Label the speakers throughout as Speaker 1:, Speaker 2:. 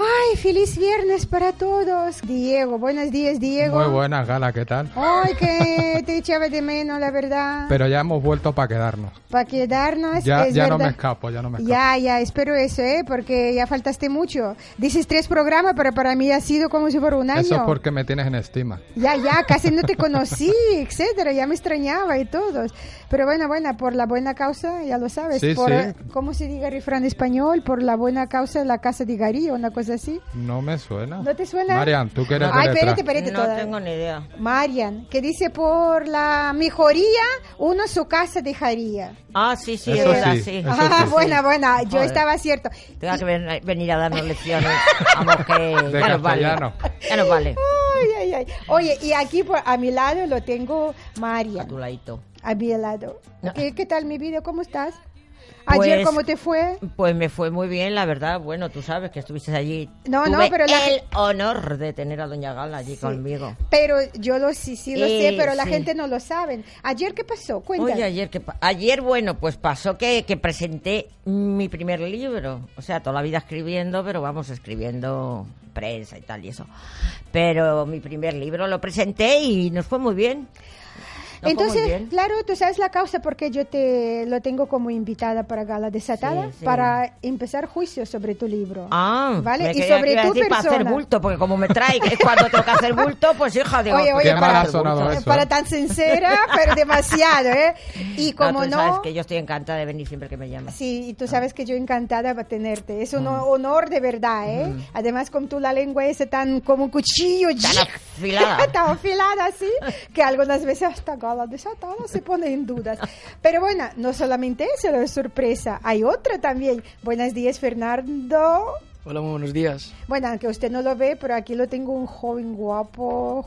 Speaker 1: Ay, feliz viernes para todos. Diego, buenos días, Diego.
Speaker 2: Muy buenas, Gala, ¿qué tal?
Speaker 1: Ay, que te echaba de menos, la verdad.
Speaker 2: Pero ya hemos vuelto para quedarnos.
Speaker 1: Para quedarnos,
Speaker 2: Ya,
Speaker 1: es
Speaker 2: ya no
Speaker 1: verdad.
Speaker 2: me escapo, ya no me escapo.
Speaker 1: Ya, ya, espero eso, ¿eh? Porque ya faltaste mucho. Dices tres programas, pero para mí ha sido como si fuera un año.
Speaker 2: Eso es porque me tienes en estima.
Speaker 1: Ya, ya, casi no te conocí, etcétera, ya me extrañaba y todo. Pero bueno, bueno, por la buena causa, ya lo sabes.
Speaker 2: Sí,
Speaker 1: por,
Speaker 2: sí.
Speaker 1: ¿Cómo se diga refrán español? Por la buena causa, la casa de Garí, una cosa así.
Speaker 2: No me suena.
Speaker 1: ¿No te suena?
Speaker 2: Marian, tú que eres de
Speaker 1: Ay,
Speaker 2: letras.
Speaker 1: espérate, espérate.
Speaker 3: No
Speaker 1: toda-
Speaker 3: tengo ni idea.
Speaker 1: Marian, que dice por la mejoría, uno su casa dejaría.
Speaker 3: Ah, sí, sí,
Speaker 2: Eso
Speaker 3: es verdad,
Speaker 2: sí,
Speaker 3: sí.
Speaker 2: eso
Speaker 1: Ah,
Speaker 2: sí.
Speaker 1: buena, buena, yo
Speaker 3: Joder.
Speaker 1: estaba cierto.
Speaker 3: Tenga que ven- venir a darnos lecciones. Vamos, que
Speaker 2: De
Speaker 3: ya nos vale.
Speaker 2: castellano.
Speaker 3: Ya nos vale.
Speaker 1: Ay, ay, ay. Oye, y aquí por- a mi lado lo tengo
Speaker 3: A tu
Speaker 1: Marian,
Speaker 3: ladito.
Speaker 1: a mi lado.
Speaker 3: No.
Speaker 1: ¿Qué, qué tal mi vida? ¿Cómo estás? Ayer,
Speaker 3: Pues-
Speaker 1: ¿cómo te fue?
Speaker 3: Pues me fue muy bien, la verdad. Bueno, tú sabes que estuviste allí.
Speaker 1: No, no,
Speaker 3: Tuve
Speaker 1: pero la-
Speaker 3: el honor de tener a Doña Gala allí conmigo.
Speaker 1: Pero yo lo sí, sí lo sé,
Speaker 3: Eh,
Speaker 1: pero la
Speaker 3: sí.
Speaker 1: gente no lo sabe. Ayer, ¿qué pasó? Cuéntame.
Speaker 3: Oye, ayer, que pa- ayer, bueno, pues pasó que, que presenté mi primer libro. O sea, toda la vida escribiendo, pero vamos, escribiendo prensa y tal y eso. Pero mi primer libro lo presenté y nos fue muy bien. Nos
Speaker 1: Entonces,
Speaker 3: fue muy bien.
Speaker 1: claro, tú sabes la causa porque yo te lo tengo como invitada para Gala Desatada
Speaker 3: Sí, sí.
Speaker 1: para empezar juicio sobre tu libro.
Speaker 3: Ah,
Speaker 1: ¿vale?
Speaker 3: me
Speaker 1: Y
Speaker 3: creía que
Speaker 1: sobre
Speaker 3: iba a
Speaker 1: tu
Speaker 3: decir para hacer
Speaker 1: persona.
Speaker 3: bulto, porque como me trae que es cuando tengo que hacer bulto, pues hija, digo,
Speaker 1: Oye,
Speaker 3: ¿por
Speaker 1: oye,
Speaker 3: qué
Speaker 1: para-
Speaker 2: Qué mal
Speaker 3: para
Speaker 2: ha
Speaker 3: hacer bulto?
Speaker 2: sonado
Speaker 1: Eh,
Speaker 2: eso.
Speaker 1: Para
Speaker 2: ¿eh?
Speaker 1: tan sincera, pero demasiado, ¿eh? Y como
Speaker 3: tú
Speaker 1: no,
Speaker 3: sabes que yo estoy encantada de venir siempre que me llamas.
Speaker 1: Sí, y tú sabes que yo encantada de tenerte. Es un honor de verdad, ¿eh? Además, con tú la lengua ese tan como un cuchillo.
Speaker 3: Tan afilada.
Speaker 1: tan afilada, así, que algunas veces hasta gala desatada se pone en dudas. Pero bueno, no solamente eso lo de sorpresa, hay otra también. Buenos días, Fernando.
Speaker 4: Hola, muy buenos días.
Speaker 1: Bueno, aunque usted no lo ve, pero aquí lo tengo un joven guapo.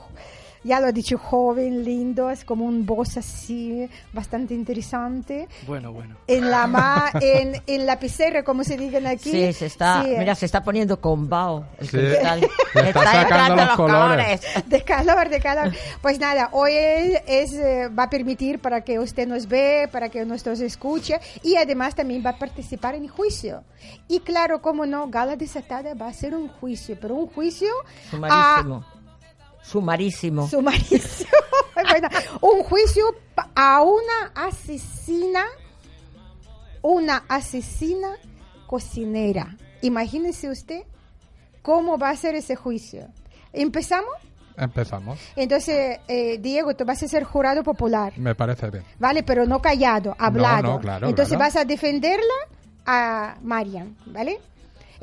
Speaker 1: Ya lo he dicho, joven, lindo, es como un voz así, bastante interesante.
Speaker 4: Bueno, bueno.
Speaker 1: En la ma, en, en la pizarra, como se digan aquí.
Speaker 3: Sí, se está,
Speaker 1: Sí, eh.
Speaker 3: mira, se está poniendo con bao. el
Speaker 2: Sí,
Speaker 3: cristal.
Speaker 2: le está sacando
Speaker 3: entrando
Speaker 2: los colores.
Speaker 1: De calor, de calor. Pues nada, hoy es, es, eh, va a permitir para que usted nos ve, para que nosotros escuche y además también va a participar en juicio. Y claro, como no, Gala Desatada va a ser un juicio, pero un juicio ah, a-
Speaker 3: Sumarísimo. Sumarísimo.
Speaker 1: Sumarísimo. Bueno, un juicio pa- a una asesina, una asesina cocinera. Imagínese usted cómo va a ser ese juicio. ¿Empezamos?
Speaker 2: Empezamos.
Speaker 1: Entonces, eh, Diego, tú vas a ser jurado popular,
Speaker 2: Me parece bien.
Speaker 1: ¿vale? Pero no callado, hablado.
Speaker 2: no, claro,
Speaker 1: Entonces
Speaker 2: claro.
Speaker 1: vas a defenderla a Marian, ¿vale?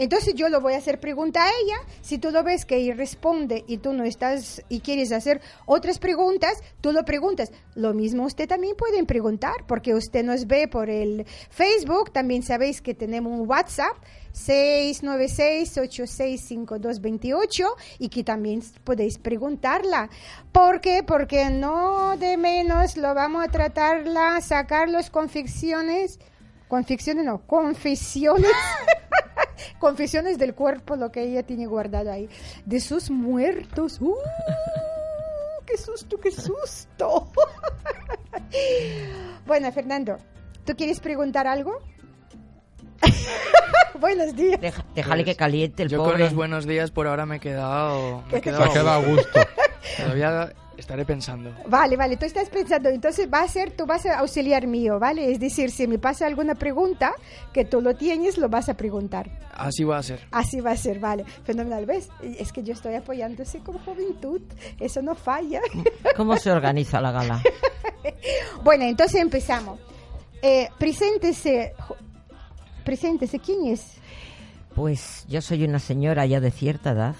Speaker 1: Entonces yo lo voy a hacer pregunta a ella. Si tú lo ves que ella responde y tú no estás y quieres hacer otras preguntas, tú lo preguntas. Lo mismo usted también pueden preguntar porque usted nos ve por el Facebook. También sabéis que tenemos un WhatsApp 696-865228 y que también podéis preguntarla. ¿Por qué? Porque no de menos lo vamos a tratarla, sacar las confecciones. Confecciones no, confesiones. confesiones del cuerpo, lo que ella tiene guardado ahí. De sus muertos. ¡Uh! ¡Qué susto, qué susto! bueno, Fernando, ¿tú quieres preguntar algo? Buenos días.
Speaker 3: Deja- déjale
Speaker 2: Pues,
Speaker 3: que caliente el
Speaker 4: Yo con
Speaker 3: pobre.
Speaker 4: los buenos días por ahora me he quedado. Me he
Speaker 2: Se ha
Speaker 4: quedado.
Speaker 2: quedado a gusto.
Speaker 4: Todavía estaré pensando.
Speaker 1: Vale, vale, tú estás pensando, entonces va a ser, tú vas a auxiliar mío, ¿vale? Es decir, si me pasa alguna pregunta que tú lo tienes, lo vas a preguntar.
Speaker 4: Así va a ser.
Speaker 1: Así va a ser, vale. Fenomenal, ¿ves? Y Es que yo estoy apoyándose como juventud, eso no falla.
Speaker 3: ¿Cómo se organiza la gala?
Speaker 1: Bueno, entonces empezamos. Eh, preséntese, jo- preséntese, ¿quién es?
Speaker 3: Pues yo soy una señora ya de cierta edad,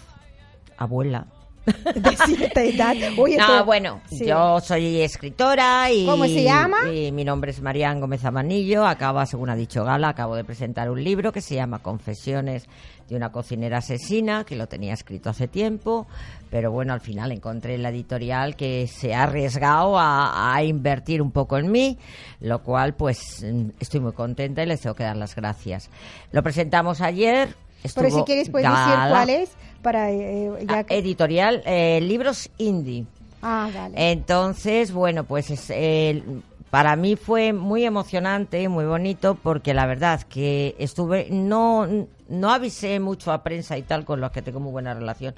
Speaker 3: abuela,
Speaker 1: de cierta edad. Oye,
Speaker 3: no,
Speaker 1: pero-
Speaker 3: bueno,
Speaker 1: sí.
Speaker 3: yo soy escritora y...
Speaker 1: ¿Cómo se llama?
Speaker 3: y mi nombre es Marián Gómez Amanillo. Acaba, según ha dicho Gala, acabo de presentar un libro que se llama Confesiones de una cocinera asesina, que lo tenía escrito hace tiempo, pero bueno, al final encontré la editorial que se ha arriesgado a, a invertir un poco en mí, lo cual pues mm, estoy muy contenta y les tengo que dar las gracias. Lo presentamos ayer.
Speaker 1: Pero si
Speaker 3: estuvo
Speaker 1: quieres puedes decir
Speaker 3: Gala.
Speaker 1: cuál es para eh, ya
Speaker 3: Ah,
Speaker 1: que-
Speaker 3: Editorial eh, Libros Indie.
Speaker 1: Ah, vale.
Speaker 3: Eh, Entonces, bueno, pues es, el- para mí fue muy emocionante, muy bonito, porque la verdad que estuve, no, no avisé mucho a prensa y tal, con los que tengo muy buena relación,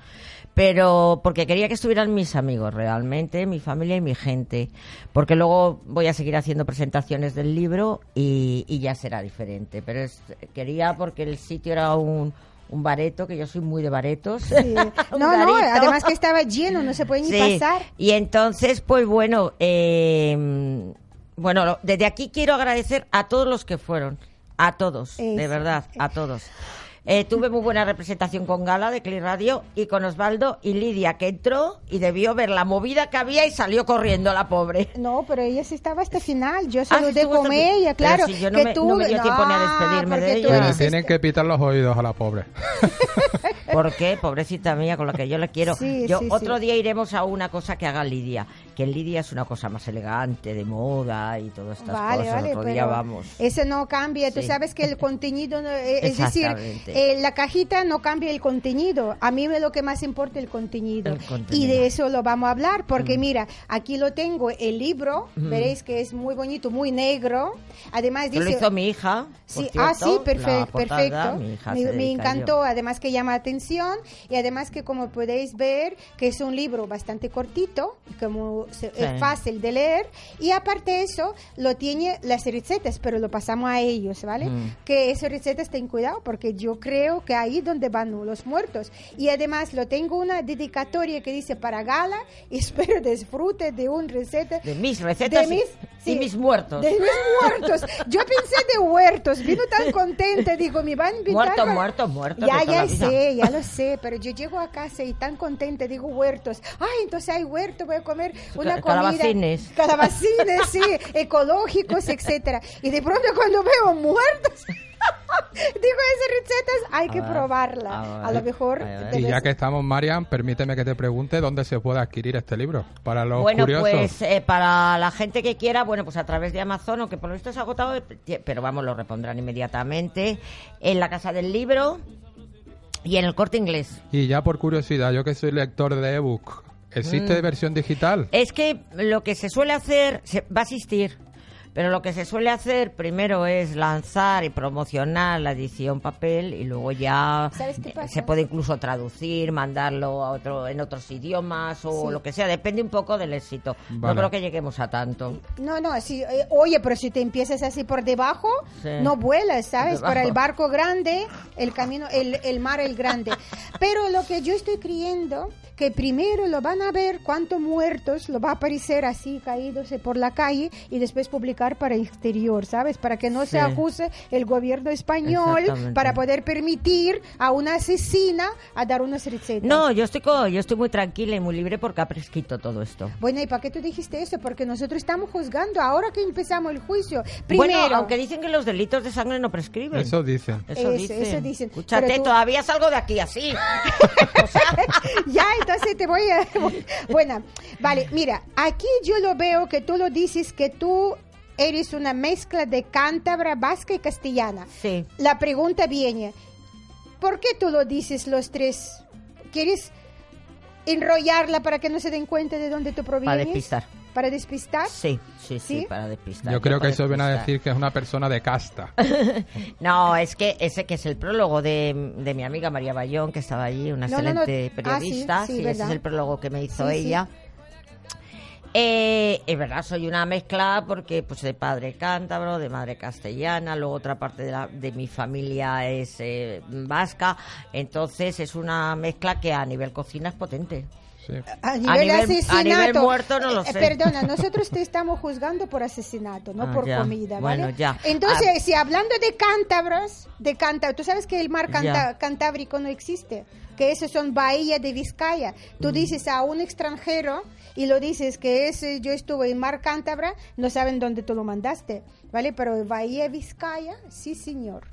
Speaker 3: pero porque quería que estuvieran mis amigos realmente, mi familia y mi gente, porque luego voy a seguir haciendo presentaciones del libro y, y ya será diferente, pero es- quería porque el sitio era un... Un bareto, que yo soy muy de baretos.
Speaker 1: Sí.
Speaker 3: Un
Speaker 1: No, no,
Speaker 3: garito.
Speaker 1: además que estaba lleno, no se puede ni
Speaker 3: Sí,
Speaker 1: pasar.
Speaker 3: Y entonces, pues bueno, eh, bueno, lo- desde aquí quiero agradecer a todos los que fueron, a todos, de
Speaker 1: Eso.
Speaker 3: verdad, a todos. Eh, tuve muy buena representación con Gala de Cli Radio y con Osvaldo y Lidia, que entró y debió ver la movida que había y salió corriendo la pobre.
Speaker 1: No, pero ella sí estaba hasta el final. Yo
Speaker 3: Ah, sí
Speaker 1: saludé
Speaker 3: estuvo hasta
Speaker 1: con
Speaker 3: el fin-
Speaker 1: ella,
Speaker 3: Pero
Speaker 1: claro.
Speaker 3: si yo no
Speaker 1: que
Speaker 3: me-
Speaker 1: tú...
Speaker 3: no me dio tiempo ni a despedirme de
Speaker 1: porque tú
Speaker 3: ella.
Speaker 2: Pero
Speaker 1: eres-
Speaker 2: tienen que pitar los oídos a la pobre.
Speaker 3: ¿Por qué? Pobrecita mía, con la que yo la quiero.
Speaker 1: Sí,
Speaker 3: yo
Speaker 1: sí,
Speaker 3: otro
Speaker 1: sí.
Speaker 3: día iremos a una cosa que haga Lidia, que Lidia es una cosa más elegante, de moda y todas estas
Speaker 1: Vale,
Speaker 3: cosas.
Speaker 1: vale,
Speaker 3: otro
Speaker 1: pero
Speaker 3: día vamos.
Speaker 1: ese no cambia. Tú
Speaker 3: Sí.
Speaker 1: sabes que el contenido, no- eh, es decir,
Speaker 3: Exactamente.
Speaker 1: eh, la cajita no cambia el contenido. A mí me lo que más importa el contenido.
Speaker 3: El contenido. Mm.
Speaker 1: Y de eso lo vamos a hablar, porque mira, aquí lo tengo, el libro, veréis que es muy bonito, muy negro. Además
Speaker 3: Que
Speaker 1: dice...
Speaker 3: Mm. lo hizo mi hija. por
Speaker 1: Sí,
Speaker 3: cierto,
Speaker 1: ah, sí,
Speaker 3: la
Speaker 1: perfecto,
Speaker 3: portada,
Speaker 1: perfecto.
Speaker 3: mi hija
Speaker 1: Me,
Speaker 3: se
Speaker 1: me
Speaker 3: dedica a ello.
Speaker 1: encantó, además que llama atención y además que como podéis ver que es un libro bastante cortito, como se-
Speaker 3: Sí.
Speaker 1: es fácil de leer y aparte de eso lo tiene las recetas, pero lo pasamos a ellos, ¿vale?
Speaker 3: Mm.
Speaker 1: Que esas recetas ten cuidado porque yo creo que ahí donde van los muertos y además lo tengo una dedicatoria que dice para Gala y espero disfrute de un receta
Speaker 3: De mis recetas
Speaker 1: de
Speaker 3: y-
Speaker 1: mis, sí,
Speaker 3: y mis muertos.
Speaker 1: De mis muertos. Yo pensé de huertos. Vino tan contenta. Digo, me van a invitar.
Speaker 3: Muerto,
Speaker 1: con-
Speaker 3: muerto, muerto
Speaker 1: Ya,
Speaker 3: de toda
Speaker 1: ya
Speaker 3: la vida.
Speaker 1: sé, ya lo sé. Pero yo llego a casa y tan contenta. Digo, huertos. Ay, entonces hay huerto. Voy a comer una comida.
Speaker 3: calabacines.
Speaker 1: Calabacines, sí. Ecológicos, etcétera. Y de pronto cuando veo muertos. Digo, esas recetas hay
Speaker 3: A
Speaker 1: que
Speaker 3: ver,
Speaker 1: probarla.
Speaker 3: a ver,
Speaker 1: A, lo mejor.
Speaker 3: a ver.
Speaker 1: te
Speaker 2: Y ya
Speaker 1: des-
Speaker 2: que estamos, Marian, permíteme que te pregunte dónde se puede adquirir este libro. Para los
Speaker 3: Bueno,
Speaker 2: curiosos.
Speaker 3: pues eh, para la gente que quiera, bueno, pues a través de Amazon, aunque por lo visto es agotado, eh, pero vamos, lo repondrán inmediatamente en la Casa del Libro y en el Corte Inglés.
Speaker 2: Y ya por curiosidad, yo que soy lector de ebook, ¿existe
Speaker 1: Mm.
Speaker 2: versión digital?
Speaker 3: Es que lo que se suele hacer se- va a existir, pero lo que se suele hacer primero es lanzar y promocionar la edición papel y luego ya
Speaker 1: ¿Sabes qué
Speaker 3: eh,
Speaker 1: pasa?
Speaker 3: se puede incluso traducir, mandarlo a otro en otros idiomas o
Speaker 1: Sí.
Speaker 3: lo que sea, depende un poco del éxito. No
Speaker 2: Vale.
Speaker 3: creo que lleguemos a tanto.
Speaker 1: No, no, si, eh, oye, pero si te empiezas así por debajo,
Speaker 3: Sí.
Speaker 1: no vuelas, ¿sabes?
Speaker 3: Debajo.
Speaker 1: Para el barco grande, el camino, el, el mar el grande. Pero lo que yo estoy creyendo, que primero lo van a ver cuántos muertos, lo va a aparecer así caídos por la calle y después publicar para el exterior, ¿sabes? Para que no
Speaker 3: Sí.
Speaker 1: se acuse el gobierno español
Speaker 3: Exactamente.
Speaker 1: para poder permitir a una asesina a dar unas recetas.
Speaker 3: No, yo estoy co- yo estoy muy tranquila y muy libre porque ha prescrito todo esto.
Speaker 1: Bueno, ¿y para qué tú dijiste eso? Porque nosotros estamos juzgando ahora que empezamos el juicio. Primero,
Speaker 3: Bueno, aunque dicen que los delitos de sangre no prescriben.
Speaker 2: Eso dicen.
Speaker 3: Eso
Speaker 1: Eso,
Speaker 3: dicen.
Speaker 1: eso dicen.
Speaker 3: Escúchate,
Speaker 1: Pero tú-
Speaker 3: todavía salgo de aquí así. O sea,
Speaker 1: ya, entonces te voy a... Bueno, vale, mira, aquí yo lo veo que tú lo dices que tú eres una mezcla de cántabra, vasca y castellana.
Speaker 3: sí.
Speaker 1: La pregunta viene, ¿por qué tú lo dices los tres? ¿Quieres enrollarla para que no se den cuenta de dónde tú provienes?
Speaker 3: despistar.
Speaker 1: ¿Para despistar?
Speaker 3: Sí, sí, sí,
Speaker 1: ¿Sí?
Speaker 3: para despistar.
Speaker 2: Yo creo que
Speaker 3: para
Speaker 2: eso viene a
Speaker 3: despistar.
Speaker 2: decir que es una persona de casta.
Speaker 3: No, es que ese que es el prólogo de, de mi amiga María Bayón, que estaba allí, una
Speaker 1: No, no, no.
Speaker 3: excelente
Speaker 1: Ah, sí,
Speaker 3: periodista.
Speaker 1: sí,
Speaker 3: sí, ese
Speaker 1: verdad.
Speaker 3: es el prólogo que me hizo
Speaker 1: Sí, sí.
Speaker 3: ella. Eh, es verdad, soy una mezcla porque pues de padre cántabro, de madre castellana, luego otra parte de, la- de mi familia es eh, vasca, entonces es una mezcla que a nivel cocina es potente.
Speaker 2: Sí.
Speaker 1: A nivel,
Speaker 3: nivel- a
Speaker 1: asesinato.
Speaker 3: nivel muerto no lo
Speaker 1: Eh,
Speaker 3: sé.
Speaker 1: Perdona, nosotros te estamos juzgando por asesinato, no
Speaker 3: Ah,
Speaker 1: por
Speaker 3: ya.
Speaker 1: comida, ¿vale?
Speaker 3: Bueno, ya. Ah.
Speaker 1: Entonces, si hablando de cántabros, de cántabros, tú sabes que el mar canta-
Speaker 3: Ya.
Speaker 1: cantábrico no existe, que esos son bahía de Vizcaya.
Speaker 3: Mm.
Speaker 1: Tú dices a un extranjero y lo dices que es eh, yo estuve en mar cántabra, no saben dónde tú lo mandaste, ¿vale? Pero bahía de Vizcaya, sí, señor.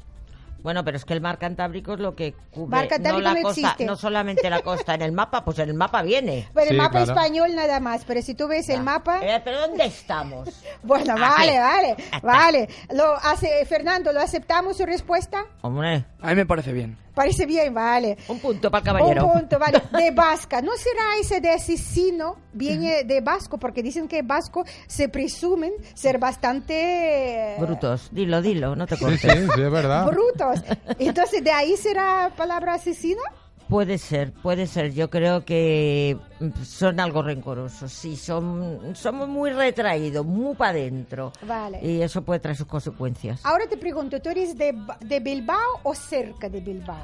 Speaker 3: Bueno, pero es que el mar Cantábrico es lo que cubre
Speaker 1: Mar Cantábrico
Speaker 3: no, la
Speaker 1: no
Speaker 3: costa,
Speaker 1: existe.
Speaker 3: no solamente la costa, en el mapa, pues en el mapa viene.
Speaker 1: Pero el
Speaker 2: Sí,
Speaker 1: mapa
Speaker 2: claro.
Speaker 1: español nada más, pero si tú ves el mapa...
Speaker 3: Eh, pero ¿dónde estamos?
Speaker 1: Bueno,
Speaker 3: Aquí.
Speaker 1: vale, vale, vale. Lo hace, Fernando, ¿lo aceptamos su respuesta?
Speaker 3: Hombre,
Speaker 4: A mí me parece bien.
Speaker 1: Parece bien, vale.
Speaker 3: un punto para el caballero.
Speaker 1: Un punto, vale. De Vasca. ¿No será ese de asesino? Viene de Vasco, porque dicen que Vasco se presumen ser bastante... eh,
Speaker 3: Brutos, dilo, dilo, no te
Speaker 2: Sí, sí,
Speaker 3: cortes.
Speaker 2: sí, es verdad.
Speaker 1: Brutos. Entonces, ¿de ahí será palabra asesino?
Speaker 3: Puede ser, puede ser. Yo creo que mm, son algo rencorosos. Sí, son, somos muy retraídos, muy para adentro.
Speaker 1: Vale.
Speaker 3: Y eso puede traer sus consecuencias.
Speaker 1: Ahora te pregunto, ¿tú eres de, Ba- de Bilbao o cerca de Bilbao?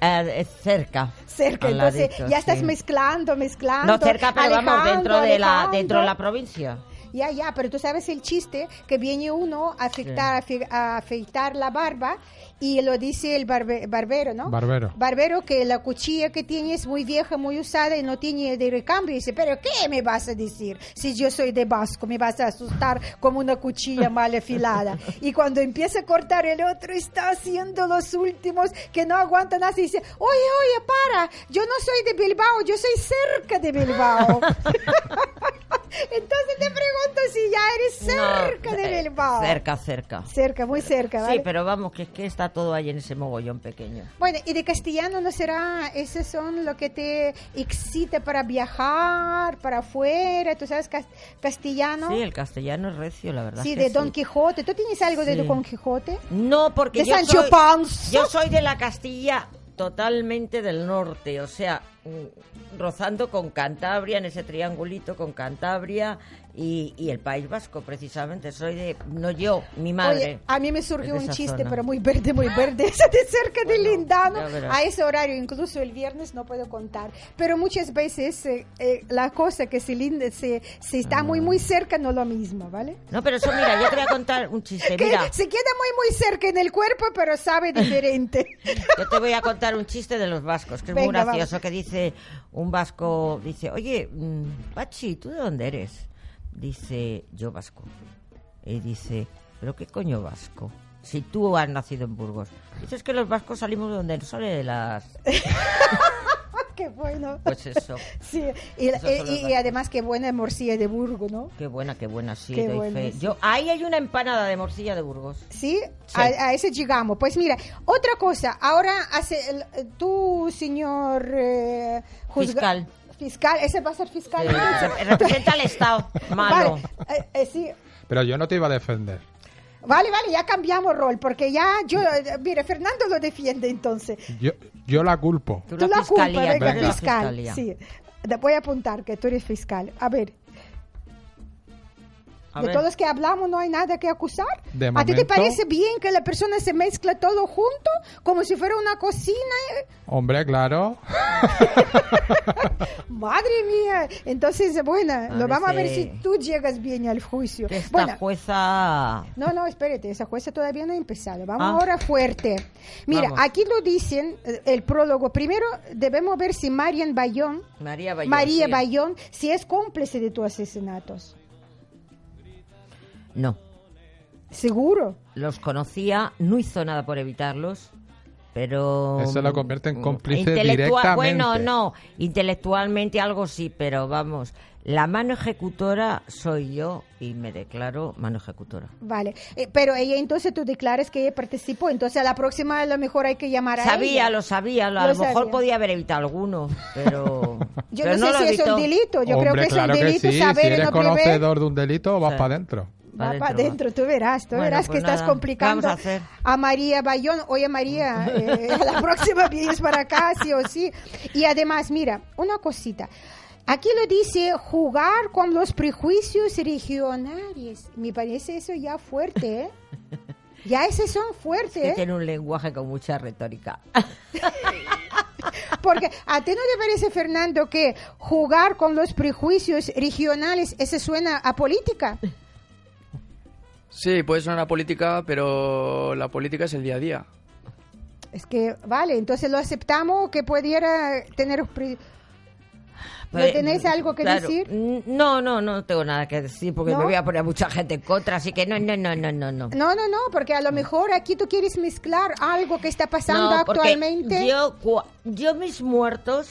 Speaker 3: Eh, eh, cerca.
Speaker 1: Cerca,
Speaker 3: Al
Speaker 1: entonces
Speaker 3: ladito,
Speaker 1: ya estás
Speaker 3: sí.
Speaker 1: mezclando, mezclando.
Speaker 3: No cerca, pero vamos
Speaker 1: alejando,
Speaker 3: dentro de la
Speaker 1: alejando.
Speaker 3: dentro de la provincia.
Speaker 1: Ya, ya, pero tú sabes el chiste que viene uno a afeitar, afe- a afeitar la barba y lo dice el barbe- barbero, ¿no?
Speaker 2: Barbero.
Speaker 1: Barbero que la cuchilla que tiene es muy vieja, muy usada y no tiene de recambio. Y dice, pero ¿qué me vas a decir? Si yo soy de Vasco, me vas a asustar como una cuchilla mal afilada. Y cuando empieza a cortar el otro, está haciendo los últimos que no aguantan así. Y dice, oye, oye, para, yo no soy de Bilbao, yo soy cerca de Bilbao. Entonces te pregunto si ya eres cerca
Speaker 3: No,
Speaker 1: de
Speaker 3: eh,
Speaker 1: Bilbao.
Speaker 3: Cerca, cerca.
Speaker 1: Cerca, muy cerca, ¿vale?
Speaker 3: Sí, pero vamos, que es que está todo ahí en ese mogollón pequeño.
Speaker 1: Bueno, y de castellano no será, esos son lo que te excita para viajar, para afuera, tú sabes cas- castellano.
Speaker 3: Sí, el castellano es recio, la verdad.
Speaker 1: Sí,
Speaker 3: es que
Speaker 1: de Don Quijote. ¿Tú tienes algo de
Speaker 3: Sí.
Speaker 1: Don Quijote?
Speaker 3: No, porque
Speaker 1: De
Speaker 3: yo
Speaker 1: Sancho
Speaker 3: soy,
Speaker 1: Panza.
Speaker 3: yo soy de la Castilla totalmente del norte, o sea, mm, rozando con Cantabria, en ese triangulito con Cantabria y, y el País Vasco, precisamente. Soy de, no yo, mi madre.
Speaker 1: Oye, a mí me
Speaker 3: es
Speaker 1: surgió
Speaker 3: de
Speaker 1: un
Speaker 3: esa
Speaker 1: chiste,
Speaker 3: zona.
Speaker 1: pero muy verde, muy verde. Eso de cerca de Lindano.
Speaker 3: ya verás.
Speaker 1: A ese horario, incluso el viernes, no puedo contar. Pero muchas veces eh, eh, la cosa que se, linda, se, se está
Speaker 3: Ah.
Speaker 1: muy, muy cerca no lo mismo, ¿vale?
Speaker 3: No, pero eso, mira, yo te voy a contar un chiste.
Speaker 1: Que
Speaker 3: Eh, Mira,
Speaker 1: se queda muy, muy cerca en el cuerpo, pero sabe diferente.
Speaker 3: Yo te voy a contar un chiste de los vascos, que es muy
Speaker 1: Venga,
Speaker 3: gracioso,
Speaker 1: vamos.
Speaker 3: que dice un vasco, dice, oye, mm, Pachi, ¿tú de dónde eres? Dice, yo vasco. Y dice, ¿pero qué coño vasco? Si tú has nacido en Burgos. Dices que los vascos salimos de donde nos sale las...
Speaker 1: Ah, Qué bueno.
Speaker 3: Pues eso.
Speaker 1: Sí, y,
Speaker 3: Esos son
Speaker 1: y-
Speaker 3: los
Speaker 1: y
Speaker 3: datos.
Speaker 1: además qué buena morcilla de Burgo, ¿no?
Speaker 3: Qué buena, qué buena, sí,
Speaker 1: Qué
Speaker 3: doy
Speaker 1: bueno,
Speaker 3: fe.
Speaker 1: sí.
Speaker 3: Yo, ahí hay una empanada de morcilla de Burgos.
Speaker 1: Sí, A, a eso llegamos. Pues mira, otra cosa, ahora hace el- tú, señor eh,
Speaker 3: Fiscal.
Speaker 1: Fiscal, ese va a ser fiscal. Ah,
Speaker 3: Eh, rep- representa al Estado. Malo.
Speaker 1: Vale, eh, eh, sí.
Speaker 2: Pero yo no te iba a defender.
Speaker 1: Vale, vale, ya cambiamos rol, porque ya yo, eh, mira, Fernando lo defiende entonces.
Speaker 2: Yo, yo la culpo.
Speaker 3: Tú
Speaker 1: Tú
Speaker 3: la
Speaker 1: la culpa,
Speaker 3: fiscalía,
Speaker 1: venga,
Speaker 3: tú la
Speaker 1: fiscal.
Speaker 3: fiscalía.
Speaker 1: Sí, Te voy a apuntar que tú eres fiscal. A ver,
Speaker 3: A
Speaker 1: de
Speaker 3: ver.
Speaker 1: todos que hablamos no hay nada que acusar.
Speaker 2: De
Speaker 1: ¿A ti te
Speaker 2: momento-
Speaker 1: parece bien que la persona se mezcla todo junto como si fuera una cocina? eh?
Speaker 2: Hombre, claro.
Speaker 1: Madre mía. Entonces, bueno, lo vamos a ver si
Speaker 3: veces-
Speaker 1: tú llegas bien al juicio.
Speaker 3: Que Esta
Speaker 1: Bueno,
Speaker 3: jueza...
Speaker 1: no, no, espérate, esa jueza todavía no ha empezado. Vamos
Speaker 3: Ah.
Speaker 1: ahora fuerte. Mira,
Speaker 3: Vamos.
Speaker 1: aquí lo dicen eh, el prólogo. Primero debemos ver si Marian Bayón,
Speaker 3: María Bayón.
Speaker 1: María
Speaker 3: sí.
Speaker 1: Bayón, si es cómplice de tus asesinatos.
Speaker 3: No.
Speaker 1: Seguro.
Speaker 3: los conocía, no hizo nada por evitarlos, pero...
Speaker 2: Eso lo convierte en cómplice
Speaker 3: Intelectua-
Speaker 2: directamente.
Speaker 3: Bueno, no, intelectualmente algo sí, pero vamos, la mano ejecutora soy yo y me declaro mano ejecutora.
Speaker 1: Vale, Eh, pero ella entonces tú declaras que ella participó, entonces a la próxima a lo mejor hay que llamar a
Speaker 3: Sabía,
Speaker 1: ella.
Speaker 3: lo sabía, lo- a
Speaker 1: Lo
Speaker 3: lo mejor
Speaker 1: sabía.
Speaker 3: podía haber evitado alguno, pero...
Speaker 1: Yo
Speaker 3: pero
Speaker 1: no sé
Speaker 3: lo
Speaker 1: si es
Speaker 3: evitó.
Speaker 1: un delito, yo
Speaker 2: Hombre,
Speaker 1: creo que
Speaker 2: claro
Speaker 1: es un delito
Speaker 2: que sí.
Speaker 1: saber
Speaker 2: si
Speaker 1: y
Speaker 2: eres
Speaker 1: no prever.
Speaker 2: conocedor de un delito, vas
Speaker 3: Sí.
Speaker 2: para adentro.
Speaker 1: Va
Speaker 3: Pa'
Speaker 1: para
Speaker 3: dentro,
Speaker 1: adentro, tú verás, tú
Speaker 3: Bueno,
Speaker 1: verás
Speaker 3: pues
Speaker 1: que estás
Speaker 3: nada,
Speaker 1: complicando
Speaker 3: vamos a hacer.
Speaker 1: María Bayón. Oye, María, eh, a la próxima vienes para acá, sí o sí. Y además, mira, una cosita. Aquí lo dice jugar con los prejuicios regionales. Me parece eso ya fuerte, ¿eh? Ya esos son
Speaker 3: va. Que
Speaker 1: fuertes, ¿eh?
Speaker 3: tiene un lenguaje con mucha retórica.
Speaker 1: Porque a ti no te parece, Fernando, que jugar con los prejuicios regionales, eso suena a política.
Speaker 4: Sí, puede sonar a política, pero la política es el día a día.
Speaker 1: Es que, vale, entonces lo aceptamos que pudiera tener... pre- ¿No
Speaker 3: Pues,
Speaker 1: tenéis algo que
Speaker 3: claro,
Speaker 1: decir?
Speaker 3: n- No, no, no tengo nada que decir porque
Speaker 1: ¿No?
Speaker 3: me voy a poner mucha gente en contra, así que no, no, no, no, no. no.
Speaker 1: No, no, no, porque a lo mejor aquí tú quieres mezclar algo que está pasando
Speaker 3: No, porque
Speaker 1: actualmente.
Speaker 3: Yo, cua- yo mis muertos,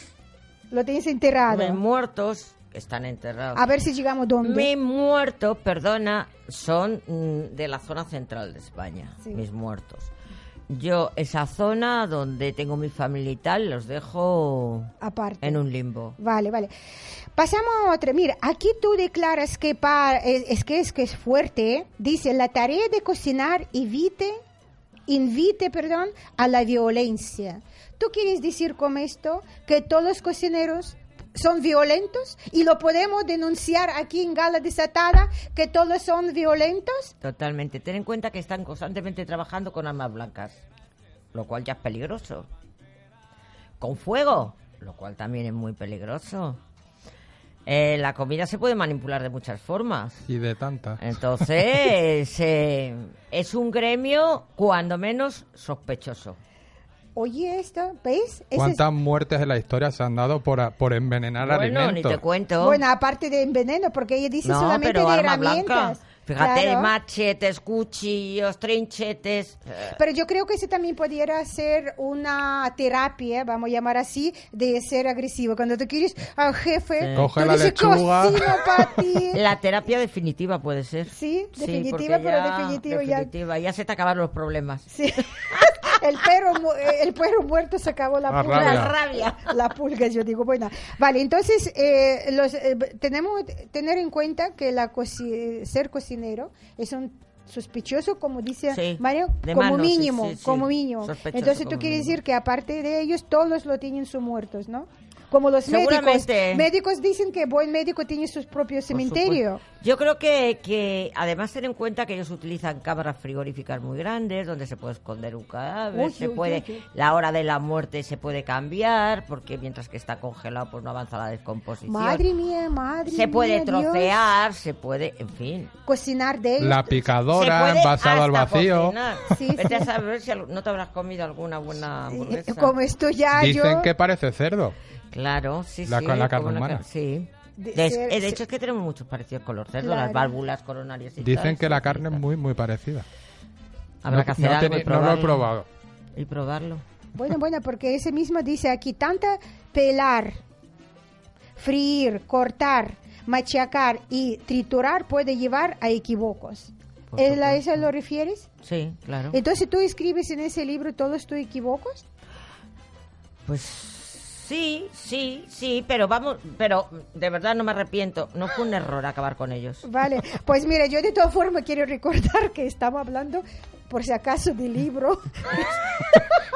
Speaker 1: Lo tienes enterrado.
Speaker 3: mis muertos, que están enterrados.
Speaker 1: A ver si llegamos donde.
Speaker 3: Mis muertos, perdona, son mm, de la zona central de España,
Speaker 1: Sí.
Speaker 3: mis muertos. Yo, esa zona donde tengo mi familia y tal, los dejo
Speaker 1: Aparte.
Speaker 3: en un limbo.
Speaker 1: Vale, vale. Pasamos a otra. Mira, aquí tú declaras que pa- es, es que es que es fuerte. ¿eh? Dice la tarea de cocinar evite, invite, perdón, a la violencia. ¿Tú quieres decir con esto que todos los cocineros son violentos y lo podemos denunciar aquí en Gala Desatada que todos son violentos?
Speaker 3: Totalmente. Ten en cuenta que están constantemente trabajando con armas blancas, lo cual ya es peligroso. Con fuego, lo cual también es muy peligroso. Eh, la comida se puede manipular de muchas formas.
Speaker 2: Y de tantas.
Speaker 3: Eh. Entonces, eh, es un gremio cuando menos sospechoso.
Speaker 1: Oye, esto, ¿ves? Ese es-
Speaker 2: ¿Cuántas muertes en la historia se han dado por, a- por envenenar
Speaker 3: Bueno,
Speaker 2: alimentos?
Speaker 3: ni te cuento.
Speaker 1: Bueno, aparte de enveneno, porque ella dice
Speaker 3: no,
Speaker 1: solamente
Speaker 3: pero
Speaker 1: de
Speaker 3: arma blanca.
Speaker 1: herramientas.
Speaker 3: Fíjate,
Speaker 1: Claro.
Speaker 3: machetes, cuchillos, trinchetes. eh,
Speaker 1: Pero yo creo que ese también pudiera ser una terapia, vamos a llamar así, de ser agresivo. Cuando tú quieres al jefe,
Speaker 3: Sí.
Speaker 2: Coge
Speaker 1: tú
Speaker 2: la
Speaker 1: dices,
Speaker 2: lechuga.
Speaker 1: "Cocino pa' ti".
Speaker 3: La terapia definitiva puede ser.
Speaker 1: Sí,
Speaker 3: Sí,
Speaker 1: definitiva,
Speaker 3: porque
Speaker 1: pero
Speaker 3: ya-
Speaker 1: definitivo ya.
Speaker 3: definitiva, ya. se te acabaron los problemas.
Speaker 1: Sí. El perro, mu- eh, el perro muerto se acabó la
Speaker 2: Ah,
Speaker 1: pulga.
Speaker 2: rabia.
Speaker 3: La rabia.
Speaker 1: La pulga, yo digo, bueno. Vale, entonces eh, los, eh, b- tenemos que tener en cuenta que la coci- ser cocinero es un sospechoso, como dice
Speaker 3: Sí,
Speaker 1: Mario,
Speaker 3: de
Speaker 1: como
Speaker 3: mano, sí,
Speaker 1: mínimo,
Speaker 3: sí, sí.
Speaker 1: como mínimo.
Speaker 3: Sospechoso
Speaker 1: Entonces tú
Speaker 3: como
Speaker 1: quieres
Speaker 3: mínimo.
Speaker 1: decir que aparte de ellos todos lo tienen sus muertos, ¿no? Como los médicos.
Speaker 3: Seguramente.
Speaker 1: Médicos dicen que buen médico tiene su propio
Speaker 3: Por
Speaker 1: cementerio.
Speaker 3: supuesto. Yo creo que, que además ten en cuenta que ellos utilizan cámaras frigoríficas muy grandes donde se puede esconder un cadáver,
Speaker 1: Uy,
Speaker 3: se
Speaker 1: uy,
Speaker 3: puede
Speaker 1: uy, uy.
Speaker 3: la hora de la muerte se puede cambiar porque mientras que está congelado pues no avanza la descomposición.
Speaker 1: Madre mía, madre
Speaker 3: se puede
Speaker 1: mía, Dios.
Speaker 3: trocear, se puede, en fin.
Speaker 1: Cocinar de ellos.
Speaker 2: La picadora, envasado al vacío.
Speaker 1: Sí,
Speaker 3: Sí,
Speaker 1: sí.
Speaker 3: Vete a saber si al- no te habrás comido alguna buena
Speaker 1: Eh,
Speaker 3: hamburguesa.
Speaker 1: Como esto ya
Speaker 2: Dicen
Speaker 1: yo...
Speaker 2: que parece cerdo.
Speaker 3: Claro, sí,
Speaker 2: La-
Speaker 3: sí.
Speaker 2: con la
Speaker 3: como
Speaker 2: carne
Speaker 3: una
Speaker 2: humana.
Speaker 3: car- Sí.
Speaker 1: De-
Speaker 3: De,
Speaker 1: ser-
Speaker 3: eh, de
Speaker 1: ser-
Speaker 3: hecho, es que tenemos muchos parecidos con los cerdos,
Speaker 1: Claro.
Speaker 3: las válvulas coronarias y
Speaker 2: Dicen
Speaker 3: tal,
Speaker 2: que
Speaker 3: sí,
Speaker 2: la
Speaker 3: sí,
Speaker 2: carne
Speaker 3: tal.
Speaker 2: es muy, muy parecida.
Speaker 3: Habrá
Speaker 2: No-
Speaker 3: que hacer
Speaker 2: no
Speaker 3: algo
Speaker 2: teni-
Speaker 3: y
Speaker 2: no lo he
Speaker 3: probarlo.
Speaker 2: probado.
Speaker 3: Y probarlo.
Speaker 1: Bueno, bueno, porque ese mismo dice aquí, tanta pelar, freír, cortar, machacar y triturar puede llevar a equívocos.
Speaker 3: Por
Speaker 1: ¿El- ¿A
Speaker 3: supuesto.
Speaker 1: eso lo refieres?
Speaker 3: Sí, claro.
Speaker 1: Entonces tú escribes en ese libro todos tus equívocos.
Speaker 3: Pues sí, sí, sí, pero vamos, pero de verdad no me arrepiento. No fue un error acabar con ellos.
Speaker 1: Vale, pues mira, yo de todas formas quiero recordar que estamos hablando, por si acaso, de libro.